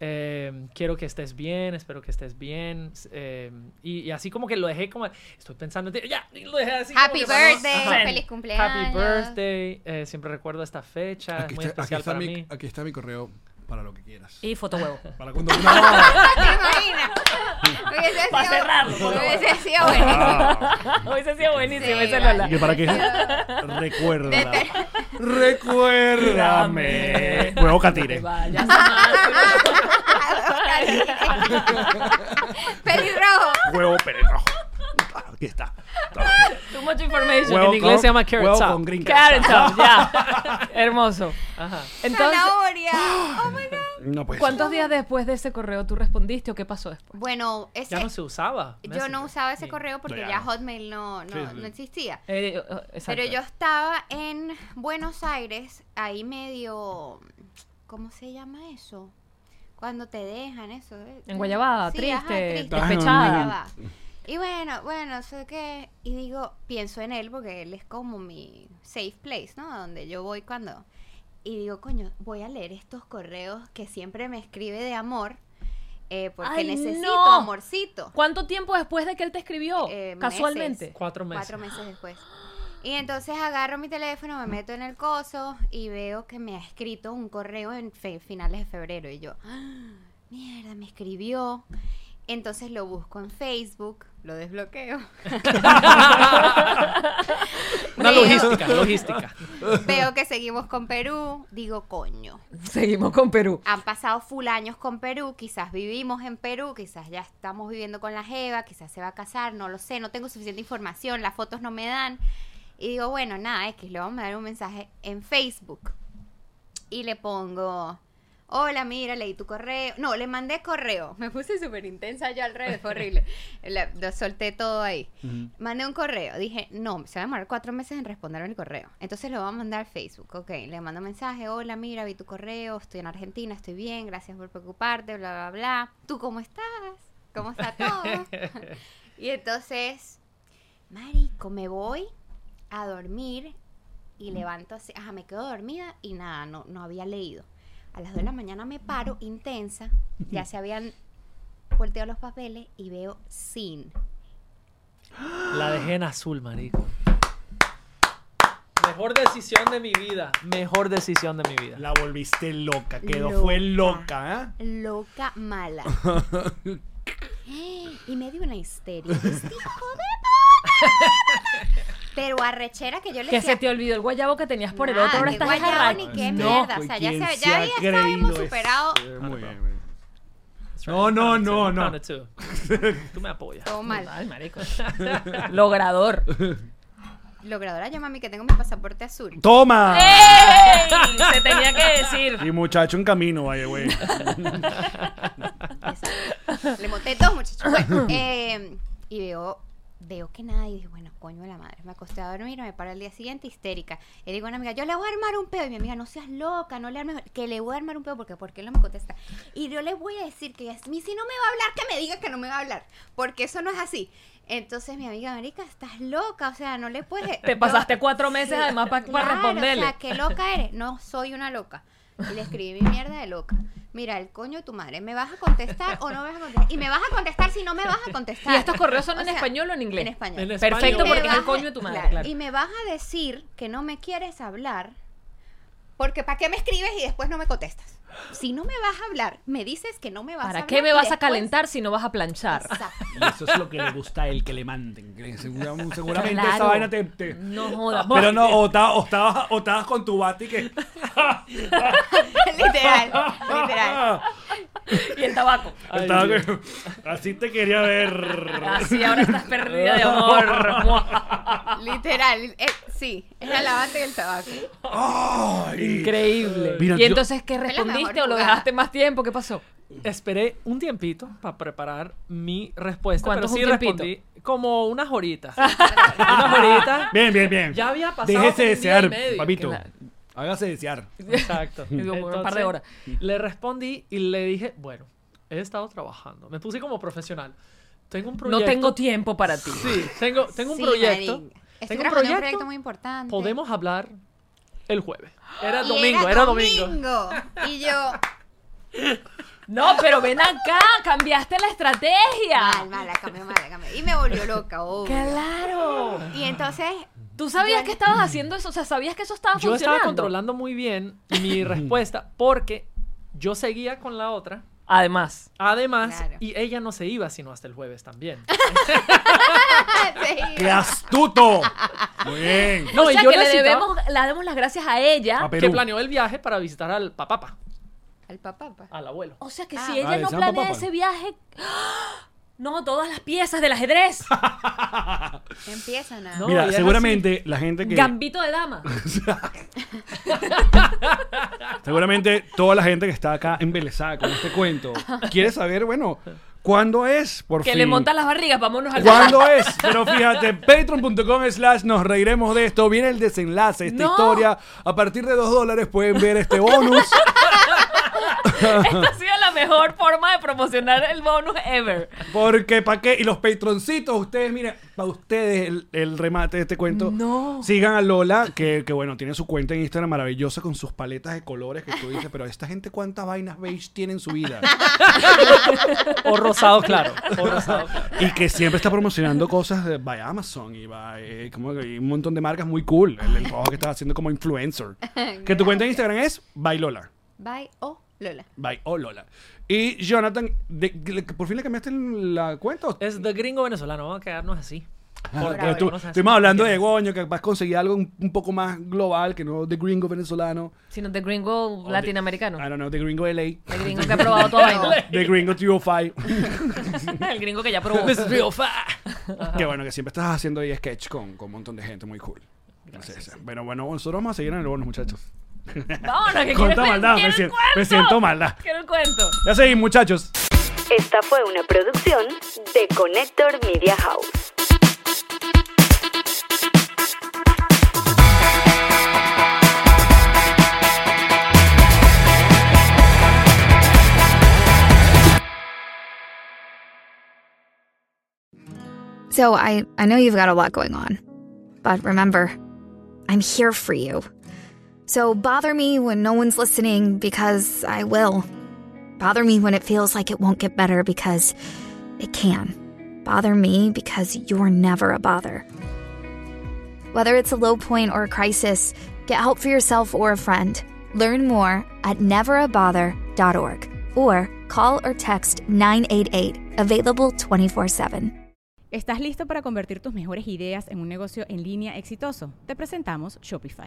eh, quiero que estés bien, espero que estés bien. s- eh, y, y así como que lo dejé como, estoy pensando en ti, ya, y lo dejé así. como Happy que para no- birthday, Ajá. feliz cumpleaños. Happy birthday, eh, siempre recuerdo esta fecha, es muy especial para mí. aquí está mi correo para lo que quieras. Y fotohuevo. *laughs* Para cuando no. ¿Te imaginas? Hubiese sido- Pa' cerrarlo, por favor. Hubiese sido bueno. Hubiese sido Ah, buenísimo Sí, Ah, ese vale. Lola. ¿Y que para qué? Ah, Recuérdala. Recuérdame. Huevo catire. Vaya, su ah, madre. Feliz rojo. Huevo perezoso. Ah, Aquí está. Too much information. Huevo en inglés se llama carrot huevo top. con green Carrot top, ya. Hermoso. Ajá. Entonces, *gasps* Zanahoria. Oh my God. No pues. ¿cuántos días después de ese correo tú respondiste o qué pasó Eh, después? Bueno, ese, Ya no se usaba. yo no Messenger, usaba ese ni- correo porque No, ya ya no. Hotmail no, no, Sí, sí. no existía. Eh, eh, exacto. Pero yo estaba en Buenos Aires, ahí medio. ¿Cómo se llama eso? Cuando te dejan eso. eh. En Guayabada, Sí, triste, ajá, despechada. Guayabada. Y bueno, bueno, sé que. Y digo, pienso en él porque él es como mi safe place, ¿no? A Donde yo voy cuando. Y digo, coño, voy a leer estos correos que siempre me escribe de amor. eh, porque ¡Ay, necesito no! amorcito. ¿Cuánto tiempo después de que él te escribió? Eh, Oh, casualmente. meses. Cuatro meses. Cuatro meses después. Y entonces agarro mi teléfono, me meto en el coso y veo que me ha escrito un correo en fe- finales de febrero. Y yo, "Ah, mierda, me escribió. Entonces lo busco en Facebook, lo desbloqueo. *laughs* Una Veo- logística, logística. Veo que seguimos con Perú. Digo, coño. *laughs* Seguimos con Perú. Han pasado full años con Perú, quizás vivimos en Perú, quizás ya estamos viviendo con la Jeva, quizás se va a casar, no lo sé, no tengo suficiente información, las fotos no me dan. Y digo, bueno, nada, X, le vamos a dar un mensaje en Facebook. Y le pongo, hola, mira, leí tu correo. No, le mandé correo. *laughs* Me puse súper intensa yo al revés, fue horrible. La- lo solté todo ahí. Mandé un correo. Dije, no, se va a demorar cuatro meses en responderme el correo. Entonces lo voy a mandar a Facebook. Ok, le mando un mensaje. Hola, mira, vi tu correo. Estoy en Argentina, estoy bien. Gracias por preocuparte, bla, bla, bla. ¿Tú cómo estás? ¿Cómo está todo? *laughs* y entonces, marico, me voy a dormir y levanto así. Ajá, me quedo dormida y nada, no, no había leído. A las 2 de la mañana me paro, intensa. Ya se habían volteado los papeles y veo sin. La dejé en azul, marico. Mejor decisión de mi vida. Mejor decisión de mi vida. La volviste loca, quedó, fue loca, Loca *gasps* mala. ¿eh? y me dio *laughs* una histeria. Este hijo de puta. Pero arrechera que yo le Que se decía. te olvidó el guayabo que tenías por el "Nah, otro, ahora qué estás guayabo jarra- ni ¿eh? qué mierda. O sea, ya, ¿quién se, se ya, ha ya creído estábamos eso? superado. Eh, *laughs* Muy bien, muy bien. That's No, right, no, found it no, too, no. found it too. Tú me apoyas. Todo mal. *laughs* Ay, marico. Logrador. Logradora, yo mami que tengo mi pasaporte azul. ¡Toma! ¡Ey! Se tenía *laughs* que decir. Y muchacho en camino, *laughs* vaya, güey. Exacto. Le monté todo, muchachos. Bueno, eh, y veo, veo que nada. Y dije, bueno, coño de la madre. Me acosté a dormir, me paro el día siguiente histérica. Y le digo a una amiga, yo le voy a armar un peo. Y mi amiga, no seas loca, no le armes. Que le voy a armar un peo porque ¿por qué no me contesta? Y yo le voy a decir que es- mi si no me va a hablar, que me diga que no me va a hablar. Porque eso no es así. Entonces mi amiga, Marica, estás loca. O sea, no le puedes. Te no- pasaste cuatro meses además para Claro, responderle. O sea, qué loca eres. No, soy una loca. Y le escribí mi mierda de loca. Mira, el coño de tu madre, ¿me vas a contestar o no me vas a contestar? Y me vas a contestar si no me vas a contestar. ¿Y estos correos son O en sea, español o en inglés? En español. En español. Perfecto, Y me porque es vas el a- coño de tu madre, claro, claro. Y me vas a decir que no me quieres hablar porque ¿para qué me escribes y después no me contestas? Si no me vas a hablar, me dices que no me vas a ¿Para hablar. qué me y vas a después- calentar si no vas a planchar? Exacto. *laughs* Y eso es lo que le gusta a él, que le manden. que segura- seguramente Claro. esa vaina te... te- No jodas. Pero no, o ta- o estabas o estabas con tu bati que... *laughs* literal, literal. Y el tabaco. Ah, Estaba que- Así te *laughs* quería ver. Así Ah, ahora estás *laughs* perdida de amor. Literal. Eh, sí, es la lavante del tabaco. Ay. Increíble. Mira, ¿Y yo- entonces qué la respondiste mejor o lo jugada. dejaste más tiempo? ¿Qué pasó? Esperé un tiempito para preparar mi respuesta. Pero ¿Cuánto es un sí tiempito? respondí como unas *laughs* horitas. unas horitas. Bien, bien, bien. Ya había pasado Déjese un día y desear, medio. papito. Claro. Hágase desear. *laughs* Exacto. Digo, por un par de horas. Le respondí y le dije, bueno, he estado trabajando. Me puse como profesional. Tengo un proyecto. No tengo tiempo para ti. Sí, tengo, tengo un Sí, proyecto. marica. Estoy tengo trabajando en un proyecto muy importante. Podemos hablar el jueves. Era Y domingo, era domingo. domingo. *laughs* Y yo, No, pero ven acá, cambiaste la mal, estrategia. mala, cambio, mala, cambio. Y me volvió loca, obvio. Claro. Y entonces, *laughs* ¿Tú sabías que estabas haciendo eso? O sea, ¿sabías que eso estaba Yo funcionando? estaba controlando muy bien mi *laughs* respuesta porque yo seguía con la otra. Además. Además, Claro. y ella no se iba sino hasta el jueves *laughs* también. ah, ¡Qué astuto! *laughs* Muy bien. No, o sea, y yo que le necesitaba- debemos, le damos las gracias a ella. A Perú. Que planeó el viaje para visitar al papá, al papá. pues, pa. al abuelo. O sea, que Ah. si ella Ah, no ¿se llama planea Papa? ese viaje... ¡Ah! No, todas las piezas *laughs* del ajedrez. Empiezan a. No, y Mira, es seguramente la gente que... Gambito de dama. Seguramente toda la gente que está acá embelesada con este *laughs* cuento quiere saber, bueno, ¿cuándo es? Por Que fin. le montan las barrigas, vámonos al ¿Cuándo es? Pero fíjate, patreon.com slash nos reiremos de esto. Viene el desenlace, esta No. *laughs* historia. A partir de dos dólares pueden ver este bonus. *laughs* Esta ha sido la mejor forma de promocionar el bonus ever. Porque para qué. Y los patroncitos, ustedes, mira, para ustedes el, el remate de este cuento. No. Sigan a Lola, que, que bueno, tiene su cuenta en Instagram maravillosa con sus paletas de colores que tú dices, pero esta gente cuántas vainas beige tiene en su vida. O rosado claro. O rosado claro. Y que siempre está *laughs* promocionando cosas de, by Amazon y by eh, como que hay un montón de marcas muy cool. El, el trabajo oh, que estás haciendo como *laughs* influencer. Que tu cuenta en Instagram es by Lola. Bye, oh, Lola. By oh Lola. Y Jonathan, de- de- ¿por fin le cambiaste la cuenta? o- Es de gringo venezolano, vamos a quedarnos así. Porque Porque tú- no sabes estuvimos si hablando de quieres. goño, que vas a conseguir algo un, un poco más global que no de gringo venezolano. Sino de gringo O de- latinoamericano. I don't know, de gringo LA. El gringo *laughs* que ha probado toda vaina. De gringo 305. El gringo que ya probó. Mr. Real Fa- que bueno, que siempre estás haciendo ahí sketch con, con un montón de gente muy cool. Entonces, bueno, bueno, nosotros vamos a seguir en el bonus, muchachos. Vámonos, que Con quiero, toda maldad, me quiero el siento, me cuento. siento maldad. Quiero el cuento. Ya seguimos, muchachos. Esta fue una producción de Connector Media House. So I, I know you've got a lot going on, but remember, I'm here for you. So bother me when no one's listening because I will. Bother me when it feels like it won't get better because it can. Bother me because you're never a bother. Whether it's a low point or a crisis, get help for yourself or a friend. Learn more at neverabother.org or call or text 988, available 24 7. ¿Estás listo para convertir tus mejores ideas en un negocio en línea exitoso? Te presentamos Shopify.